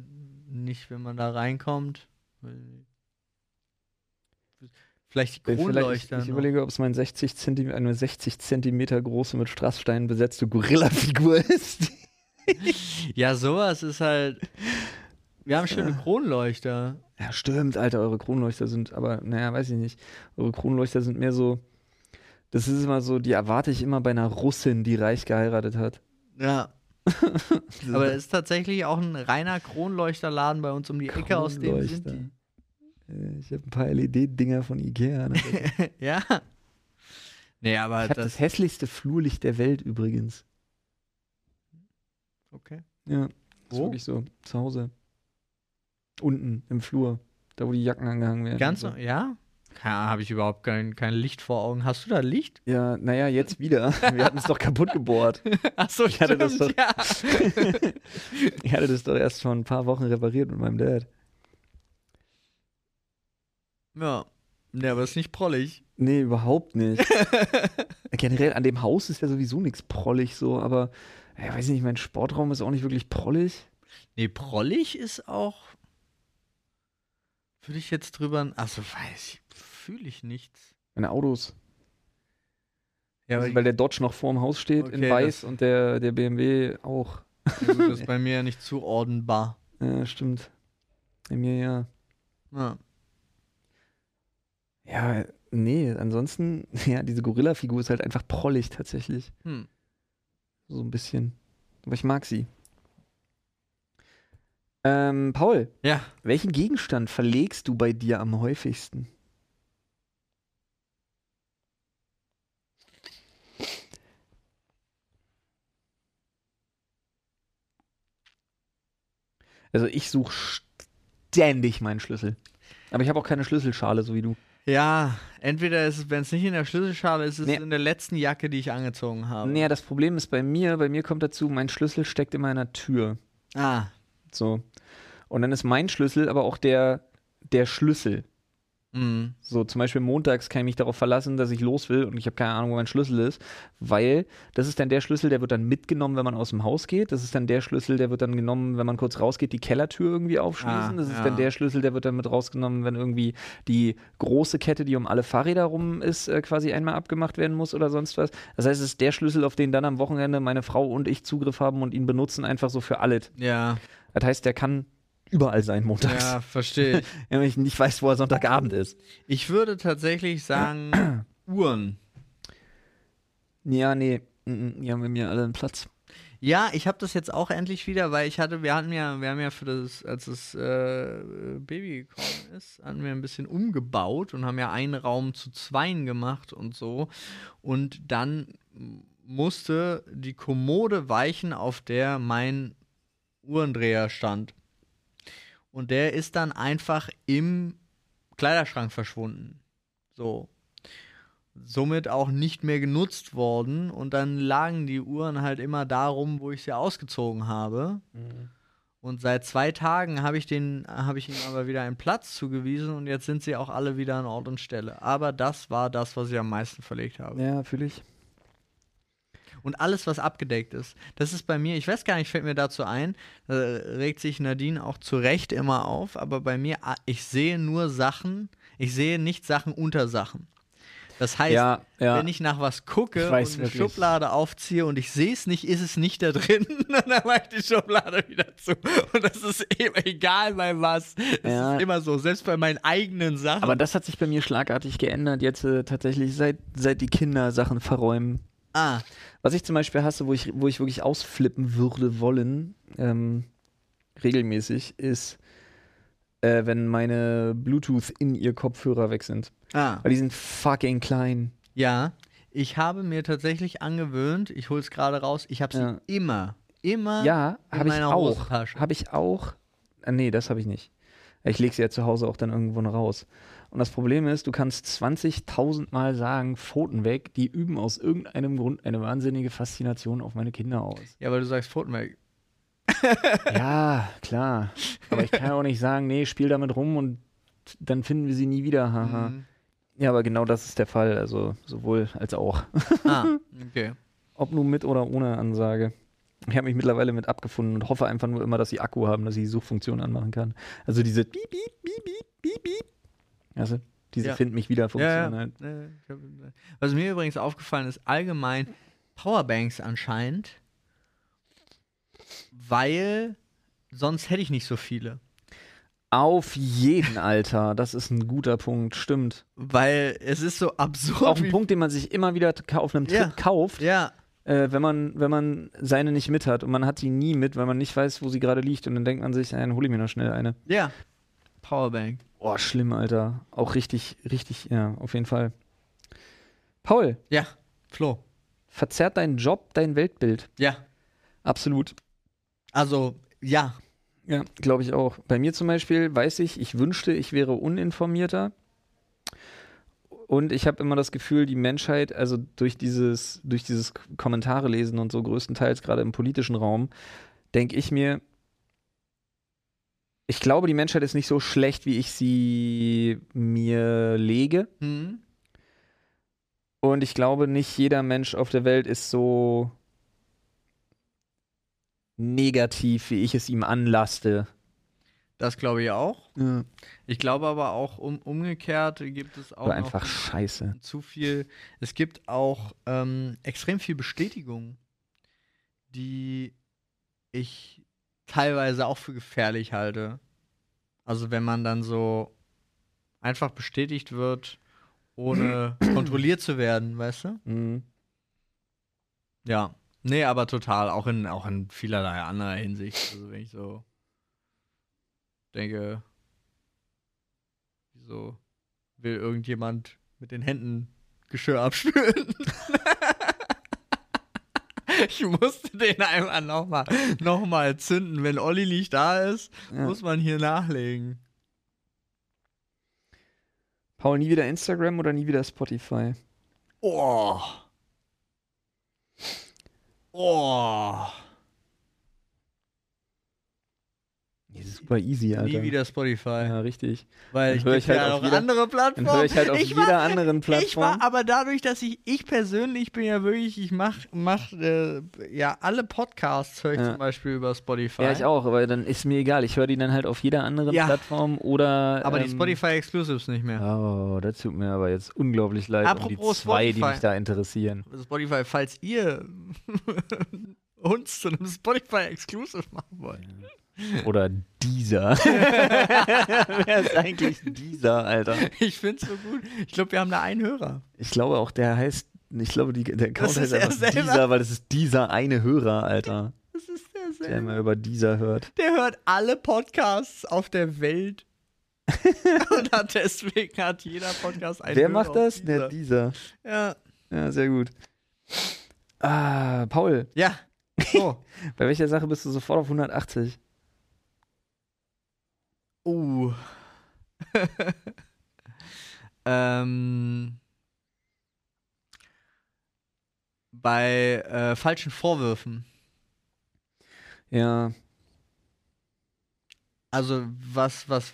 S3: nicht, wenn man da reinkommt. Vielleicht die
S2: Äh, Vielleicht, ich,
S3: Kronleuchter.
S2: ich
S3: noch.
S2: überlege, ob es mein 60 Zentimeter, eine 60 Zentimeter große mit Strasssteinen besetzte Gorilla-Figur *laughs* ist.
S3: ja, sowas ist halt. Wir haben schöne Kronleuchter.
S2: Ja, stimmt, Alter, eure Kronleuchter sind, aber naja, weiß ich nicht. Eure Kronleuchter sind mehr so, das ist immer so, die erwarte ich immer bei einer Russin, die reich geheiratet hat.
S3: Ja. Aber es ist tatsächlich auch ein reiner Kronleuchterladen bei uns um die Ecke, aus dem sind die.
S2: Äh, Ich habe ein paar LED-Dinger von Ikea. Ne?
S3: *laughs*
S2: Ich
S3: Ja. Nee, aber
S2: habe
S3: das.
S2: das hässlichste Flurlicht der Welt übrigens.
S3: Okay.
S2: Ja, ist
S3: Wo?
S2: wirklich so. Zu Hause. Unten im Flur. Da, wo die Jacken angehangen werden.
S3: Ganz,
S2: und so.
S3: ja? Ja, habe ich überhaupt kein, kein Licht vor Augen. Hast du da *laughs* Licht?
S2: Ja, naja, jetzt
S3: *laughs*
S2: wieder. Wir hatten es doch kaputt gebohrt.
S3: Achso, ich
S2: hatte das doch-
S3: ja.
S2: Ich hatte das doch erst vor ein paar Wochen repariert mit meinem Dad.
S3: Ja. Ne, aber ist nicht prollig.
S2: Nee, überhaupt
S3: *laughs*
S2: nicht. Generell an dem Haus ist ja sowieso nichts prollig so, aber ich weiß nicht, mein Sportraum ist auch nicht wirklich prollig.
S3: Nee, prollig ist auch. Würde ich jetzt drüber. Achso, weiß ich. Fühle ich nichts.
S2: Meine Autos.
S3: Ja,
S2: also, weil der Dodge noch vorm Haus steht in
S3: Okay,
S2: weiß
S3: das-
S2: und der, der BMW auch.
S3: *laughs* ist bei mir ja nicht zuordnenbar.
S2: Ja, stimmt. Bei mir ja.
S3: Ja.
S2: Ja, nee, ansonsten, *laughs* ja, diese Gorilla-Figur ist halt einfach prollig tatsächlich.
S3: Hm.
S2: So ein bisschen. Aber ich mag sie. Ähm, Paul,
S3: Ja.
S2: welchen Gegenstand verlegst du bei dir am häufigsten? Also ich suche ständig meinen Schlüssel. Aber ich habe auch keine Schlüsselschale, so wie du.
S3: Ja, entweder ist es, wenn es nicht in der Schlüsselschale ist, ist es
S2: Nee.
S3: in der letzten Jacke, die ich angezogen habe.
S2: Naja, das Problem ist bei mir, bei mir kommt dazu, mein Schlüssel steckt in meiner Tür.
S3: Ah,
S2: So. Und dann ist mein Schlüssel aber auch der, der Schlüssel.
S3: mhm.
S2: So, zum Beispiel montags kann ich mich darauf verlassen, dass ich los will und ich habe keine Ahnung, wo mein Schlüssel ist, weil das ist dann der Schlüssel, der wird dann mitgenommen, wenn man aus dem Haus geht. Das ist dann der Schlüssel, der wird dann genommen, wenn man kurz rausgeht, die Kellertür irgendwie aufschließen.
S3: Ah,
S2: das ist
S3: ja.
S2: dann der Schlüssel, der wird dann mit rausgenommen, wenn irgendwie die große Kette, die um alle Fahrräder rum ist, äh, quasi einmal abgemacht werden muss oder sonst was. Das heißt, es ist der Schlüssel, auf den dann am Wochenende meine Frau und ich Zugriff haben und ihn benutzen einfach so für alles.
S3: ja,
S2: Das heißt, der kann überall sein montags, *laughs*
S3: ja, verstehe ich.
S2: wenn ich nicht weiß, wo er Sonntagabend ist.
S3: Ich würde tatsächlich sagen, Uhren.
S2: Ja, nee. Mm, mm, Die haben bei mir alle einen Platz.
S3: Ja, ich habe das jetzt auch endlich wieder, weil ich hatte, wir hatten ja, wir haben ja für das, als das äh, Baby gekommen ist, hatten wir ein bisschen umgebaut und haben ja einen Raum zu zweien gemacht und so. Und dann musste die Kommode weichen, auf der mein Uhrendreher stand. Und der ist dann einfach im Kleiderschrank verschwunden. So. Somit auch nicht mehr genutzt worden. Und dann lagen die Uhren halt immer darum, wo ich sie ausgezogen habe. Und seit zwei Tagen habe ich den, habe ich ihm aber wieder einen Platz zugewiesen und jetzt sind sie auch alle wieder an Ort und Stelle. Aber das war das, was ich am meisten verlegt habe.
S2: Ja, fühle ich.
S3: Und alles, was abgedeckt ist. Das ist bei mir, ich weiß gar nicht, fällt mir dazu ein, äh, regt sich Nadine auch zu Recht immer auf, aber bei mir, ah, ich sehe nur Sachen, ich sehe nicht Sachen unter Sachen. Das heißt,
S2: Ja, ja.
S3: Also, wenn ich nach was gucke
S2: Ich
S3: und eine
S2: weiß wirklich.
S3: Schublade aufziehe und ich sehe es nicht, ist es nicht da drin, *laughs* dann mache ich die Schublade wieder zu. Und das ist eben egal bei was. Das
S2: Ja.
S3: ist immer so, selbst bei meinen eigenen Sachen.
S2: Aber das hat sich bei mir schlagartig geändert, jetzt äh, tatsächlich, seit, seit die Kinder Sachen verräumen.
S3: ah,
S2: Was ich zum Beispiel hasse, wo ich, wo ich wirklich ausflippen würde wollen, ähm, regelmäßig, ist, äh, wenn meine Bluetooth in ihr Kopfhörer weg sind.
S3: ah.
S2: Weil die sind fucking klein.
S3: Ja, ich habe mir tatsächlich angewöhnt, ich hol's gerade raus, ich habe sie
S2: Ja.
S3: immer, immer
S2: Ja,
S3: in
S2: habe ich
S3: meiner
S2: auch.
S3: Hosentasche.
S2: Habe ich auch. Äh, nee, das habe ich nicht. Ich lege sie ja zu Hause auch dann irgendwo raus. Und das Problem ist, du kannst 20.000 Mal sagen, Pfoten weg, die üben aus irgendeinem Grund eine wahnsinnige Faszination auf meine Kinder aus.
S3: *laughs* Ja, weil du sagst Pfotenberg.
S2: ja, klar. Aber ich kann ja auch nicht sagen, nee, spiel damit rum und dann finden wir sie nie wieder. Haha.
S3: Mhm.
S2: Ja, aber genau das ist der Fall. Also sowohl als auch.
S3: Ah, okay.
S2: Ob nun mit oder ohne Ansage. Ich habe mich mittlerweile mit abgefunden und hoffe einfach nur immer, dass sie Akku haben, dass ich die Suchfunktion anmachen kann. Also diese Beep, Beep, Beep, Beep, Beep, Beep. Also diese
S3: Ja.
S2: Find mich wieder Funktion.
S3: Ja, ja.
S2: Halt.
S3: Äh, ich hab- Was mir übrigens aufgefallen ist, allgemein Powerbanks anscheinend, weil sonst hätte ich nicht so viele.
S2: Auf jeden Alter, das ist ein guter Punkt, stimmt.
S3: Weil es ist so absurd.
S2: Auch ein
S3: wie-
S2: Punkt, den man sich immer wieder ka- auf einem Trip
S3: Ja.
S2: kauft,
S3: Ja,
S2: äh, wenn, man, wenn man seine nicht mit hat und man hat die nie mit, weil man nicht weiß, wo sie gerade liegt und dann denkt man sich, "Ey, dann hole ich mir noch schnell eine.
S3: ja. Powerbank.
S2: Oh, schlimm, Alter. Auch richtig, richtig, ja, auf jeden Fall. Paul,
S3: Ja, Flo.
S2: Verzerrt dein Job dein Weltbild?
S3: Ja.
S2: Absolut.
S3: Also, ja.
S2: Ja, glaube ich auch. Bei mir zum Beispiel weiß ich, ich wünschte, ich wäre uninformierter. Und ich habe immer das Gefühl, die Menschheit, also durch dieses, durch dieses Kommentare lesen und so größtenteils gerade im politischen Raum, denke ich mir, ich glaube, die Menschheit ist nicht so schlecht, wie ich sie mir lege.
S3: Hm.
S2: Und ich glaube, nicht jeder Mensch auf der Welt ist so negativ, wie ich es ihm anlaste.
S3: Das glaube ich auch. Ich glaube aber auch um, umgekehrt gibt es auch
S2: Oder
S3: noch
S2: einfach scheiße.
S3: Äh, zu viel. Es gibt auch ähm, extrem viel Bestätigung, die ich teilweise auch für gefährlich halte. Also wenn man dann so einfach bestätigt wird, ohne kontrolliert zu werden, weißt du?
S2: Mhm.
S3: Ja. Nee, aber total, auch in, auch in vielerlei anderer Hinsicht. Also wenn ich so denke, wieso will irgendjemand mit den Händen Geschirr abspülen? *laughs* ich musste den einmal nochmal noch mal zünden. Wenn Olli nicht da ist,
S2: Ja.
S3: muss man hier nachlegen.
S2: Paul, nie wieder Instagram oder nie wieder Spotify?
S3: Oh. Oh.
S2: Nee, super easy, Alter.
S3: Nie wieder Spotify.
S2: Ja, richtig. Dann
S3: Weil ich
S2: hör
S3: gebe
S2: ich halt
S3: ja
S2: auf
S3: auch
S2: jeder-
S3: andere
S2: Dann
S3: Plattformen.
S2: höre ich halt auf
S3: ich
S2: jeder
S3: war,
S2: anderen
S3: Ich war
S2: Plattform.
S3: aber dadurch, dass ich, ich persönlich bin ja wirklich, ich mach, mach äh, ja alle Podcasts höre ich
S2: Ja.
S3: zum Beispiel über Spotify.
S2: ja, ich auch, aber dann ist mir egal. Ich höre die dann halt auf jeder anderen
S3: Ja.
S2: Plattform oder.
S3: Aber die
S2: ähm,
S3: Spotify Exclusives nicht mehr.
S2: Oh, das tut mir aber jetzt unglaublich leid. um die
S3: Apropos
S2: zwei, die
S3: Spotify.
S2: mich da interessieren.
S3: Spotify, falls ihr *laughs* uns zu einem Spotify Exclusive machen wollt.
S2: Oder dieser. *laughs* Wer ist eigentlich dieser, Alter?
S3: Ich find's so gut. Ich glaube, wir haben da einen Hörer.
S2: Ich glaube auch, der heißt. Ich glaube, die, der Account
S3: Das
S2: heißt
S3: ist er
S2: einfach
S3: selber.
S2: dieser, weil es ist dieser eine Hörer, Alter,
S3: Das ist der
S2: der
S3: selber.
S2: immer über dieser hört.
S3: Der hört alle Podcasts auf
S2: *laughs*
S3: der Welt. *laughs* Und hat deswegen hat jeder Podcast einen
S2: Wer
S3: Hörer
S2: macht
S3: auf
S2: das? Der
S3: dieser.
S2: dieser.
S3: Ja.
S2: Ja, sehr gut. Ah, Paul,
S3: Ja. So.
S2: bei welcher Sache bist du sofort auf 180?
S3: *laughs* uh. *laughs* ähm. Bei äh, falschen Vorwürfen.
S2: Ja,
S3: Also was, was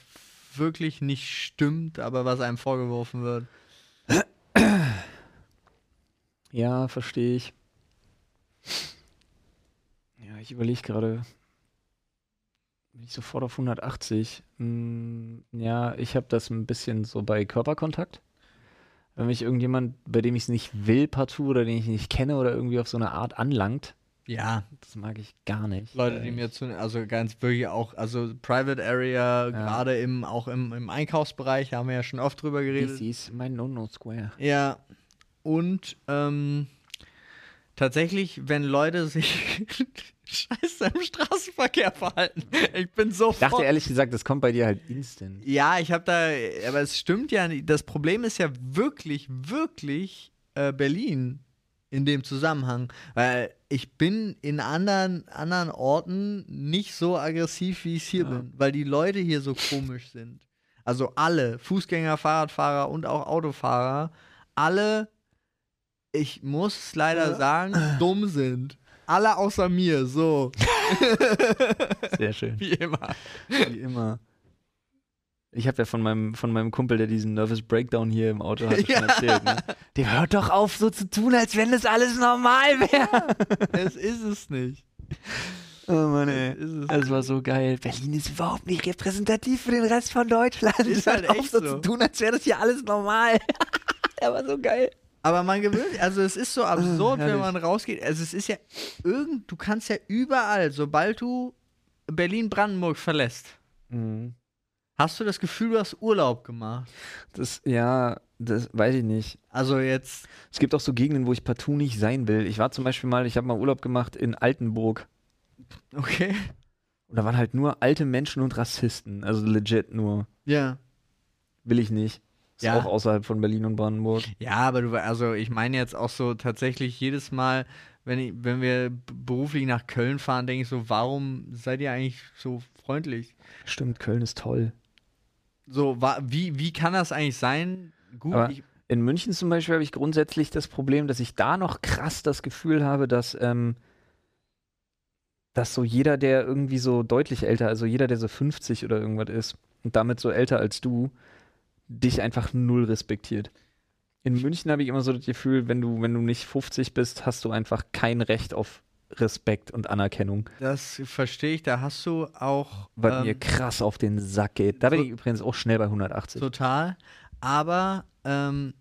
S3: wirklich nicht stimmt, aber was einem vorgeworfen wird.
S2: ja, verstehe ich. Ja, ich überlege gerade. Bin ich sofort auf 180? Hm, ja, ich habe das ein bisschen so bei Körperkontakt. Wenn mich irgendjemand, bei dem ich es nicht will, partout oder den ich nicht kenne oder irgendwie auf so eine Art anlangt,
S3: Ja,
S2: das mag ich gar nicht.
S3: Leute, die
S2: Äh,
S3: mir zu, also ganz wirklich auch, also Private Area, gerade im, auch im, im Einkaufsbereich, da haben wir ja schon oft drüber geredet.
S2: This is my no-no square.
S3: Ja. Und ähm, tatsächlich, wenn Leute sich *laughs* scheiße im Straßenverkehr verhalten, ich bin
S2: Ich dachte
S3: sofort.
S2: ehrlich gesagt, das kommt bei dir halt instant.
S3: Ja, ich habe da, aber es stimmt ja nicht. Das Problem ist ja wirklich, wirklich äh, Berlin in dem Zusammenhang. Weil ich bin in anderen, anderen Orten nicht so aggressiv, wie ich hier
S2: Ja.
S3: bin, weil die Leute hier so komisch sind. Also alle, Fußgänger, Fahrradfahrer und auch Autofahrer, alle, ich muss es leider sagen, dumm sind. Alle außer mir, so,
S2: Sehr schön.
S3: *laughs* wie immer.
S2: Wie immer. Ich habe ja von meinem, von meinem Kumpel, der diesen Nervous Breakdown hier im Auto hatte, schon
S3: Ja.
S2: erzählt. Ne? Dem hört doch auf, so zu tun, als wenn das alles normal wäre.
S3: es ist es nicht.
S2: Oh Mann,
S3: Es
S2: ey.
S3: ist es
S2: Das war so geil. Berlin ist überhaupt nicht repräsentativ für den Rest von Deutschland.
S3: Ist halt
S2: hört auf,
S3: echt
S2: so
S3: so.
S2: zu tun, als wäre das hier alles normal. Der war so geil.
S3: Aber man gewöhnt, also es ist so absurd, wenn
S2: Ah, herrlich.
S3: man rausgeht. Also es ist ja irgend, du kannst ja überall, sobald du Berlin-Brandenburg verlässt,
S2: Mhm.
S3: hast du das Gefühl, du hast Urlaub gemacht.
S2: Das, ja, das weiß ich nicht.
S3: Also jetzt, *laughs*
S2: Es gibt auch so Gegenden, wo ich partout nicht sein will. Ich war zum Beispiel mal, ich habe mal Urlaub gemacht in Altenburg.
S3: okay.
S2: Und da waren halt nur alte Menschen und Rassisten. Also legit nur.
S3: Ja.
S2: Will ich nicht. Ist
S3: Ja.
S2: auch außerhalb von Berlin und Brandenburg.
S3: Ja, aber du, also ich meine jetzt auch so tatsächlich jedes Mal, wenn, ich, wenn wir b- beruflich nach Köln fahren, denke ich so, warum seid ihr eigentlich so freundlich?
S2: Stimmt, Köln ist toll.
S3: So, wa wie, wie kann das eigentlich sein? Gut,
S2: Aber
S3: ich,
S2: In München zum Beispiel habe ich grundsätzlich das Problem, dass ich da noch krass das Gefühl habe, dass, ähm, dass so jeder, der irgendwie so deutlich älter, also jeder, der so 50 oder irgendwas ist und damit so älter als du, dich einfach null respektiert. In München habe ich immer so das Gefühl, wenn du, wenn du nicht 50 bist, hast du einfach kein Recht auf Respekt und Anerkennung.
S3: das verstehe ich, da hast du auch.
S2: Was
S3: ähm,
S2: mir krass auf den Sack geht. Da bin
S3: so-
S2: ich übrigens auch schnell bei 180.
S3: Total. Aber ähm,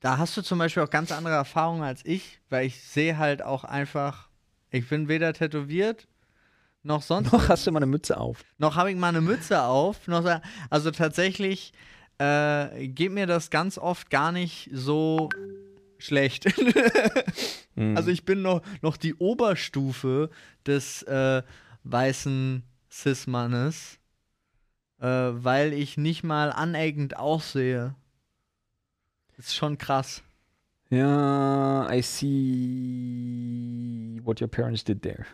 S3: da hast du zum Beispiel auch ganz andere Erfahrungen als ich, weil ich sehe halt auch einfach, ich bin weder tätowiert noch
S2: *laughs* *laughs*
S3: sonst.
S2: Noch hast du mal eine Mütze auf.
S3: Noch habe ich mal eine Mütze auf. Noch, sa- also tatsächlich äh, geht mir das ganz oft gar nicht so schlecht. *laughs*
S2: Hm.
S3: Also ich bin noch, noch die Oberstufe des äh, weißen Cis-Mannes. äh, weil ich nicht mal aneckend aussehe. Ist schon
S2: *laughs*
S3: krass.
S2: Ja, I see what your parents did there.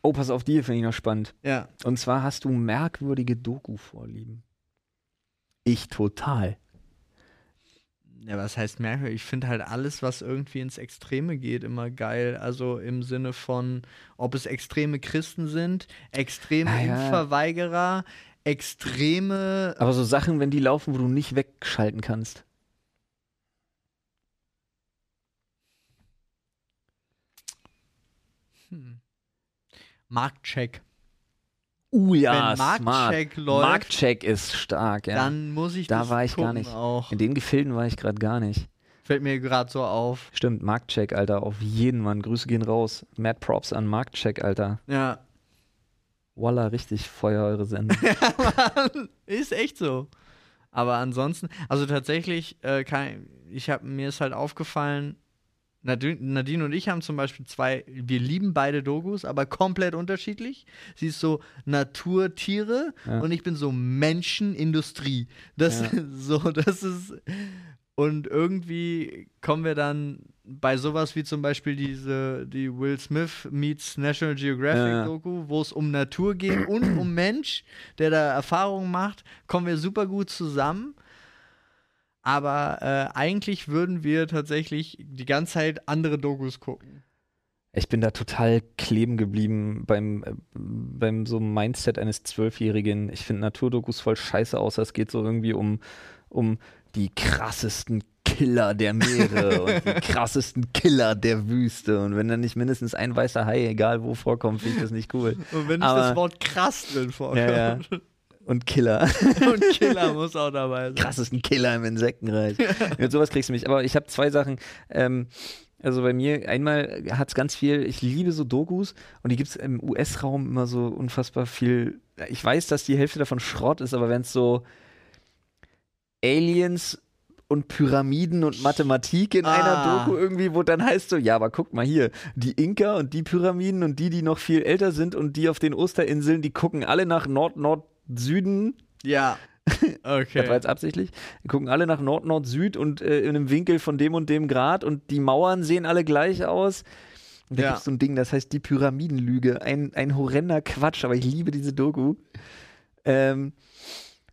S2: oh, pass auf, die finde ich noch spannend.
S3: Ja.
S2: Und zwar hast du merkwürdige Doku-Vorlieben. Ich total.
S3: Ja, was heißt merkwürdig? Ich finde halt alles, was irgendwie ins Extreme geht, immer geil. Also im Sinne von, ob es extreme Christen sind, extreme
S2: Ah, ja.
S3: Impfverweigerer, extreme.
S2: Aber so Sachen, wenn die laufen, wo du nicht wegschalten kannst.
S3: Hm. Marktcheck.
S2: Uh
S3: Wenn Marktcheck läuft,
S2: Marktcheck ist stark, ja.
S3: dann muss ich
S2: Da
S3: das
S2: war ich gar
S3: gucken
S2: nicht.
S3: auch.
S2: In den Gefilden war ich gerade gar nicht.
S3: Fällt mir gerade so auf.
S2: Stimmt, Marktcheck, Alter, auf jeden Mann. Grüße gehen raus. Mad Props an Marktcheck, Alter.
S3: Ja. *laughs*
S2: Walla, richtig Feuer eure Sendung.
S3: Mann, ist echt so. Aber ansonsten, also tatsächlich, äh, kann, ich hab, mir ist halt aufgefallen, Nadine, Nadine und ich haben zum Beispiel zwei, wir lieben beide Dogus, aber komplett unterschiedlich. Sie ist so Naturtiere
S2: Ja.
S3: und ich bin so Menschenindustrie. Das
S2: Ja.
S3: ist *laughs* so, das ist. Und irgendwie kommen wir dann bei sowas wie zum Beispiel diese, die Will Smith meets National
S2: Ja.
S3: Geographic Doku, wo es um Natur geht und
S2: *clears throat*
S3: um Mensch, der da Erfahrungen macht, kommen wir super gut zusammen. Aber äh, eigentlich würden wir tatsächlich die ganze Zeit andere Dokus gucken.
S2: Ich bin da total kleben geblieben beim, äh, beim so Mindset eines Zwölfjährigen. Ich finde Naturdokus voll scheiße, außer es geht so irgendwie um, um die krassesten Killer der
S3: *laughs*
S2: Meere und die krassesten Killer der Wüste. Und wenn dann nicht mindestens ein weißer Hai, egal wo vorkommt, finde ich das nicht cool.
S3: Und wenn nicht
S2: Aber-
S3: das Wort krass drin vorkommt.
S2: Ja, ja. Und Killer.
S3: Oh *laughs* Und Killer muss auch dabei sein.
S2: krassesten Killer im Insektenreich. Mit sowas kriegst du mich. Aber ich habe zwei Sachen. Ähm, also bei mir, einmal hat es ganz viel, ich liebe so Dokus und die gibt es im US-Raum immer so unfassbar viel. Ich weiß, dass die Hälfte davon Schrott ist, aber wenn es so Aliens und Pyramiden und Mathematik in einer
S3: Ah.
S2: Doku irgendwie, wo dann heißt so, ja, aber guck mal hier, die Inka und die Pyramiden und die, die noch viel älter sind und die auf den Osterinseln, die gucken alle nach Nord-Nord-Süden *laughs*
S3: Ja.
S2: das war
S3: Okay.
S2: jetzt absichtlich. Die gucken alle nach Nord, Nord, Süd und äh, in einem Winkel von dem und dem Grad und die Mauern sehen alle gleich aus. Und da
S3: Ja.
S2: gibt es so ein Ding, das heißt die Pyramidenlüge. Ein, ein horrender Quatsch, aber ich liebe diese Doku. Ähm,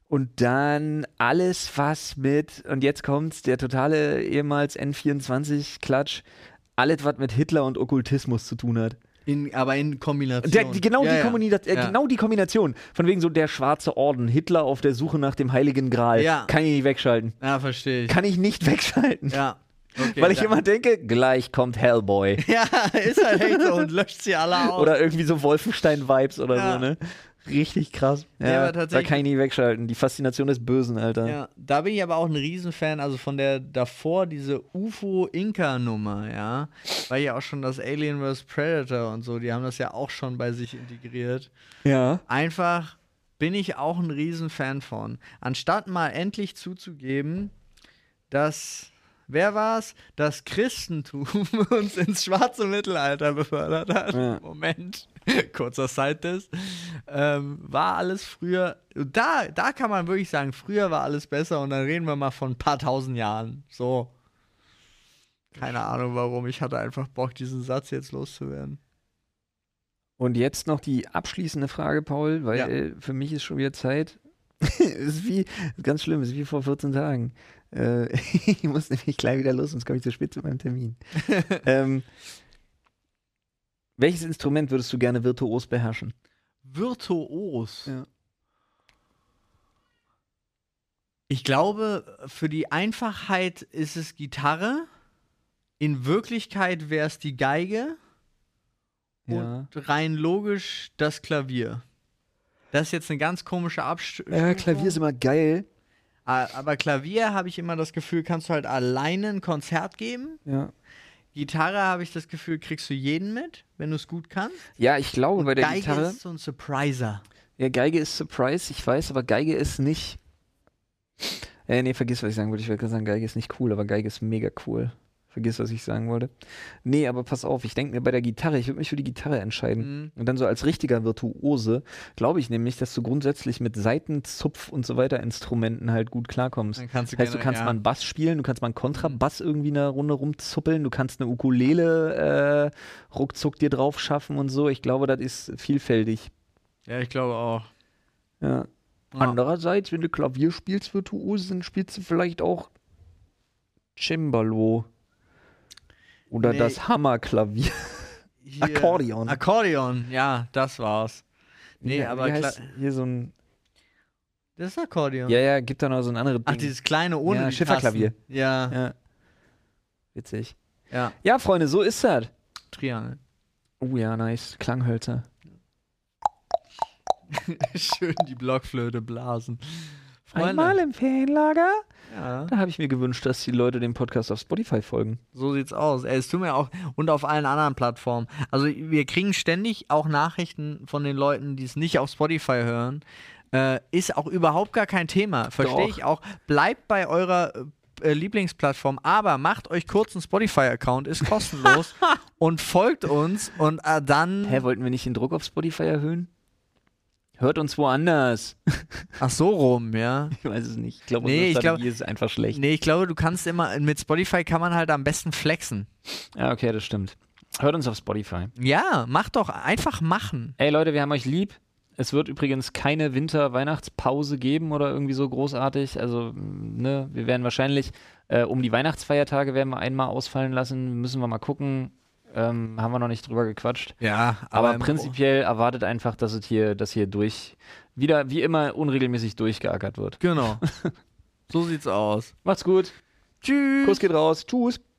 S2: und dann alles, was mit, und jetzt kommt's, der totale ehemals N24-Klatsch, alles, was mit Hitler und Okkultismus zu tun hat.
S3: In, aber in Kombination.
S2: Der, die, genau,
S3: Ja,
S2: die
S3: ja.
S2: Kombina äh,
S3: Ja.
S2: genau die Kombination. Von wegen so der schwarze Orden, Hitler auf der Suche nach dem Heiligen Gral.
S3: Ja.
S2: Kann ich nicht wegschalten.
S3: Ja, verstehe ich.
S2: Kann ich nicht *laughs* wegschalten.
S3: Ja. Okay,
S2: weil ich
S3: da-
S2: immer denke, gleich kommt Hellboy.
S3: *laughs* Ja, ist halt echt so und löscht sie alle aus.
S2: Oder irgendwie so Wolfenstein-Vibes oder
S3: Oh. Ja.
S2: so, ne? Richtig krass.
S3: Ja,
S2: Ja,
S3: aber
S2: da
S3: tatsächlich-
S2: kann ich nicht wegschalten. Die Faszination des Bösen, Alter.
S3: Ja, da bin ich aber auch ein Riesenfan, also von der davor, diese UFO-Inka-Nummer, ja. War ja auch schon das Alien vs. Predator und so, die haben das ja auch schon bei sich integriert.
S2: ja.
S3: Einfach bin ich auch ein Riesenfan von. Anstatt mal endlich zuzugeben, dass. Wer war's? Das Christentum *laughs* uns ins schwarze Mittelalter befördert hat.
S2: Ja.
S3: Moment, *laughs* kurzer Side-Test. Ähm, war alles früher, da, da kann man wirklich sagen, früher war alles besser und dann reden wir mal von ein paar tausend Jahren. So. Keine Ahnung warum, ich hatte einfach Bock, diesen Satz jetzt loszuwerden.
S2: Und jetzt noch die abschließende Frage, Paul, weil
S3: Ja.
S2: äh, für mich ist schon wieder Zeit. *laughs* ist wie, ist ganz schlimm, ist wie vor 14 Tagen. Äh, *laughs* ich muss nämlich gleich wieder los, sonst komme ich zu spät zu meinem Termin. ähm, welches Instrument würdest du gerne virtuos beherrschen?
S3: Virtuos.
S2: Ja.
S3: Ich glaube, für die Einfachheit ist es Gitarre. In Wirklichkeit wäre es die Geige.
S2: Ja.
S3: Und rein logisch das Klavier. Das ist jetzt eine ganz komische Abstimmung.
S2: Ja, Klavier ist immer geil.
S3: A- Aber Klavier habe ich immer das Gefühl, kannst du halt alleine ein Konzert geben.
S2: Ja,
S3: Gitarre habe ich das Gefühl, kriegst du jeden mit, wenn du es gut kannst.
S2: ja ich glaube Oh, bei der
S3: Geige
S2: Gitarre.
S3: ist so ein Surpriser.
S2: Ja, Geige ist Surprise, ich weiß, aber Geige ist nicht. Äh, nee, vergiss, was ich sagen wollte. Ich wollte gerade sagen, Geige ist nicht cool, aber Geige ist mega cool. Vergiss, was ich sagen wollte. Nee, aber pass auf, ich denke mir bei der Gitarre, ich würde mich für die Gitarre
S3: Mhm.
S2: entscheiden. Und dann so als richtiger Virtuose glaube ich nämlich, dass du grundsätzlich mit Saitenzupf und so weiter Instrumenten halt gut klarkommst.
S3: Dann kannst du
S2: heißt, du
S3: generell-
S2: kannst
S3: ja. Mhm.
S2: mal einen Bass spielen, du kannst mal einen Kontrabass irgendwie in einer Runde rumzuppeln, du kannst eine Ukulele äh, ruckzuck dir drauf schaffen und so. Ich glaube, das ist vielfältig.
S3: Ja, ich glaube auch.
S2: Ja.
S3: Ja.
S2: Andererseits, wenn du Klavier spielst, virtuos, dann spielst du vielleicht auch Cembalo. Oder
S3: Nee.
S2: das Hammerklavier.
S3: Hier-
S2: Akkordeon.
S3: Akkordeon, ja, das war's. Nee,
S2: Ja,
S3: aber
S2: wie
S3: klar.
S2: heißt hier so ein.
S3: Das ist Akkordeon.
S2: Ja, ja, gibt da noch so ein anderes Ding.
S3: Ach, dieses kleine ohne
S2: Ja,
S3: die
S2: Schifferklavier.
S3: Tasten. Ja, ja,
S2: ja. Witzig.
S3: ja.
S2: Ja, Freunde, so ist das.
S3: Triangel. *laughs*
S2: Oh ja, nice. Klanghölzer.
S3: Schön die Blockflöte blasen.
S2: Einmal im Ferienlager.
S3: Ja.
S2: Da habe ich mir gewünscht, dass die Leute dem Podcast auf Spotify folgen.
S3: So sieht's aus. Ey, es tut mir auch und auf allen anderen Plattformen. Also wir kriegen ständig auch Nachrichten von den Leuten, die es nicht auf Spotify hören. Äh, ist auch überhaupt gar kein Thema. Verstehe
S2: Doch.
S3: ich auch. Bleibt bei eurer äh, Lieblingsplattform, aber macht euch kurz einen Spotify-Account, ist
S2: *laughs*
S3: kostenlos und folgt uns und äh, dann.
S2: Hä, wollten wir nicht den Druck auf Spotify erhöhen? Hört uns woanders. *laughs*
S3: Ach so rum, ja.
S2: Ich weiß es nicht. Ich glaube,
S3: Nee,
S2: unsere
S3: ich glaub-
S2: Strategie ist einfach schlecht.
S3: Nee, ich glaube, du kannst immer, mit Spotify kann man halt am besten flexen.
S2: Ja, okay, das stimmt. Hört uns auf Spotify.
S3: Ja, mach doch, einfach machen.
S2: Ey Leute, wir haben euch lieb. Es wird übrigens keine Winter-Weihnachtspause geben oder irgendwie so großartig. Also, mh, ne, wir werden wahrscheinlich äh, um die Weihnachtsfeiertage werden wir einmal ausfallen lassen. Müssen wir mal gucken. Ähm, haben wir noch nicht drüber gequatscht.
S3: Ja,
S2: Aber,
S3: im-
S2: prinzipiell erwartet einfach, dass es hier, dass hier durch wieder wie immer unregelmäßig durchgeackert wird.
S3: Genau. so sieht's aus.
S2: Macht's gut.
S3: Tschüss.
S2: Kuss geht raus. Tschüss.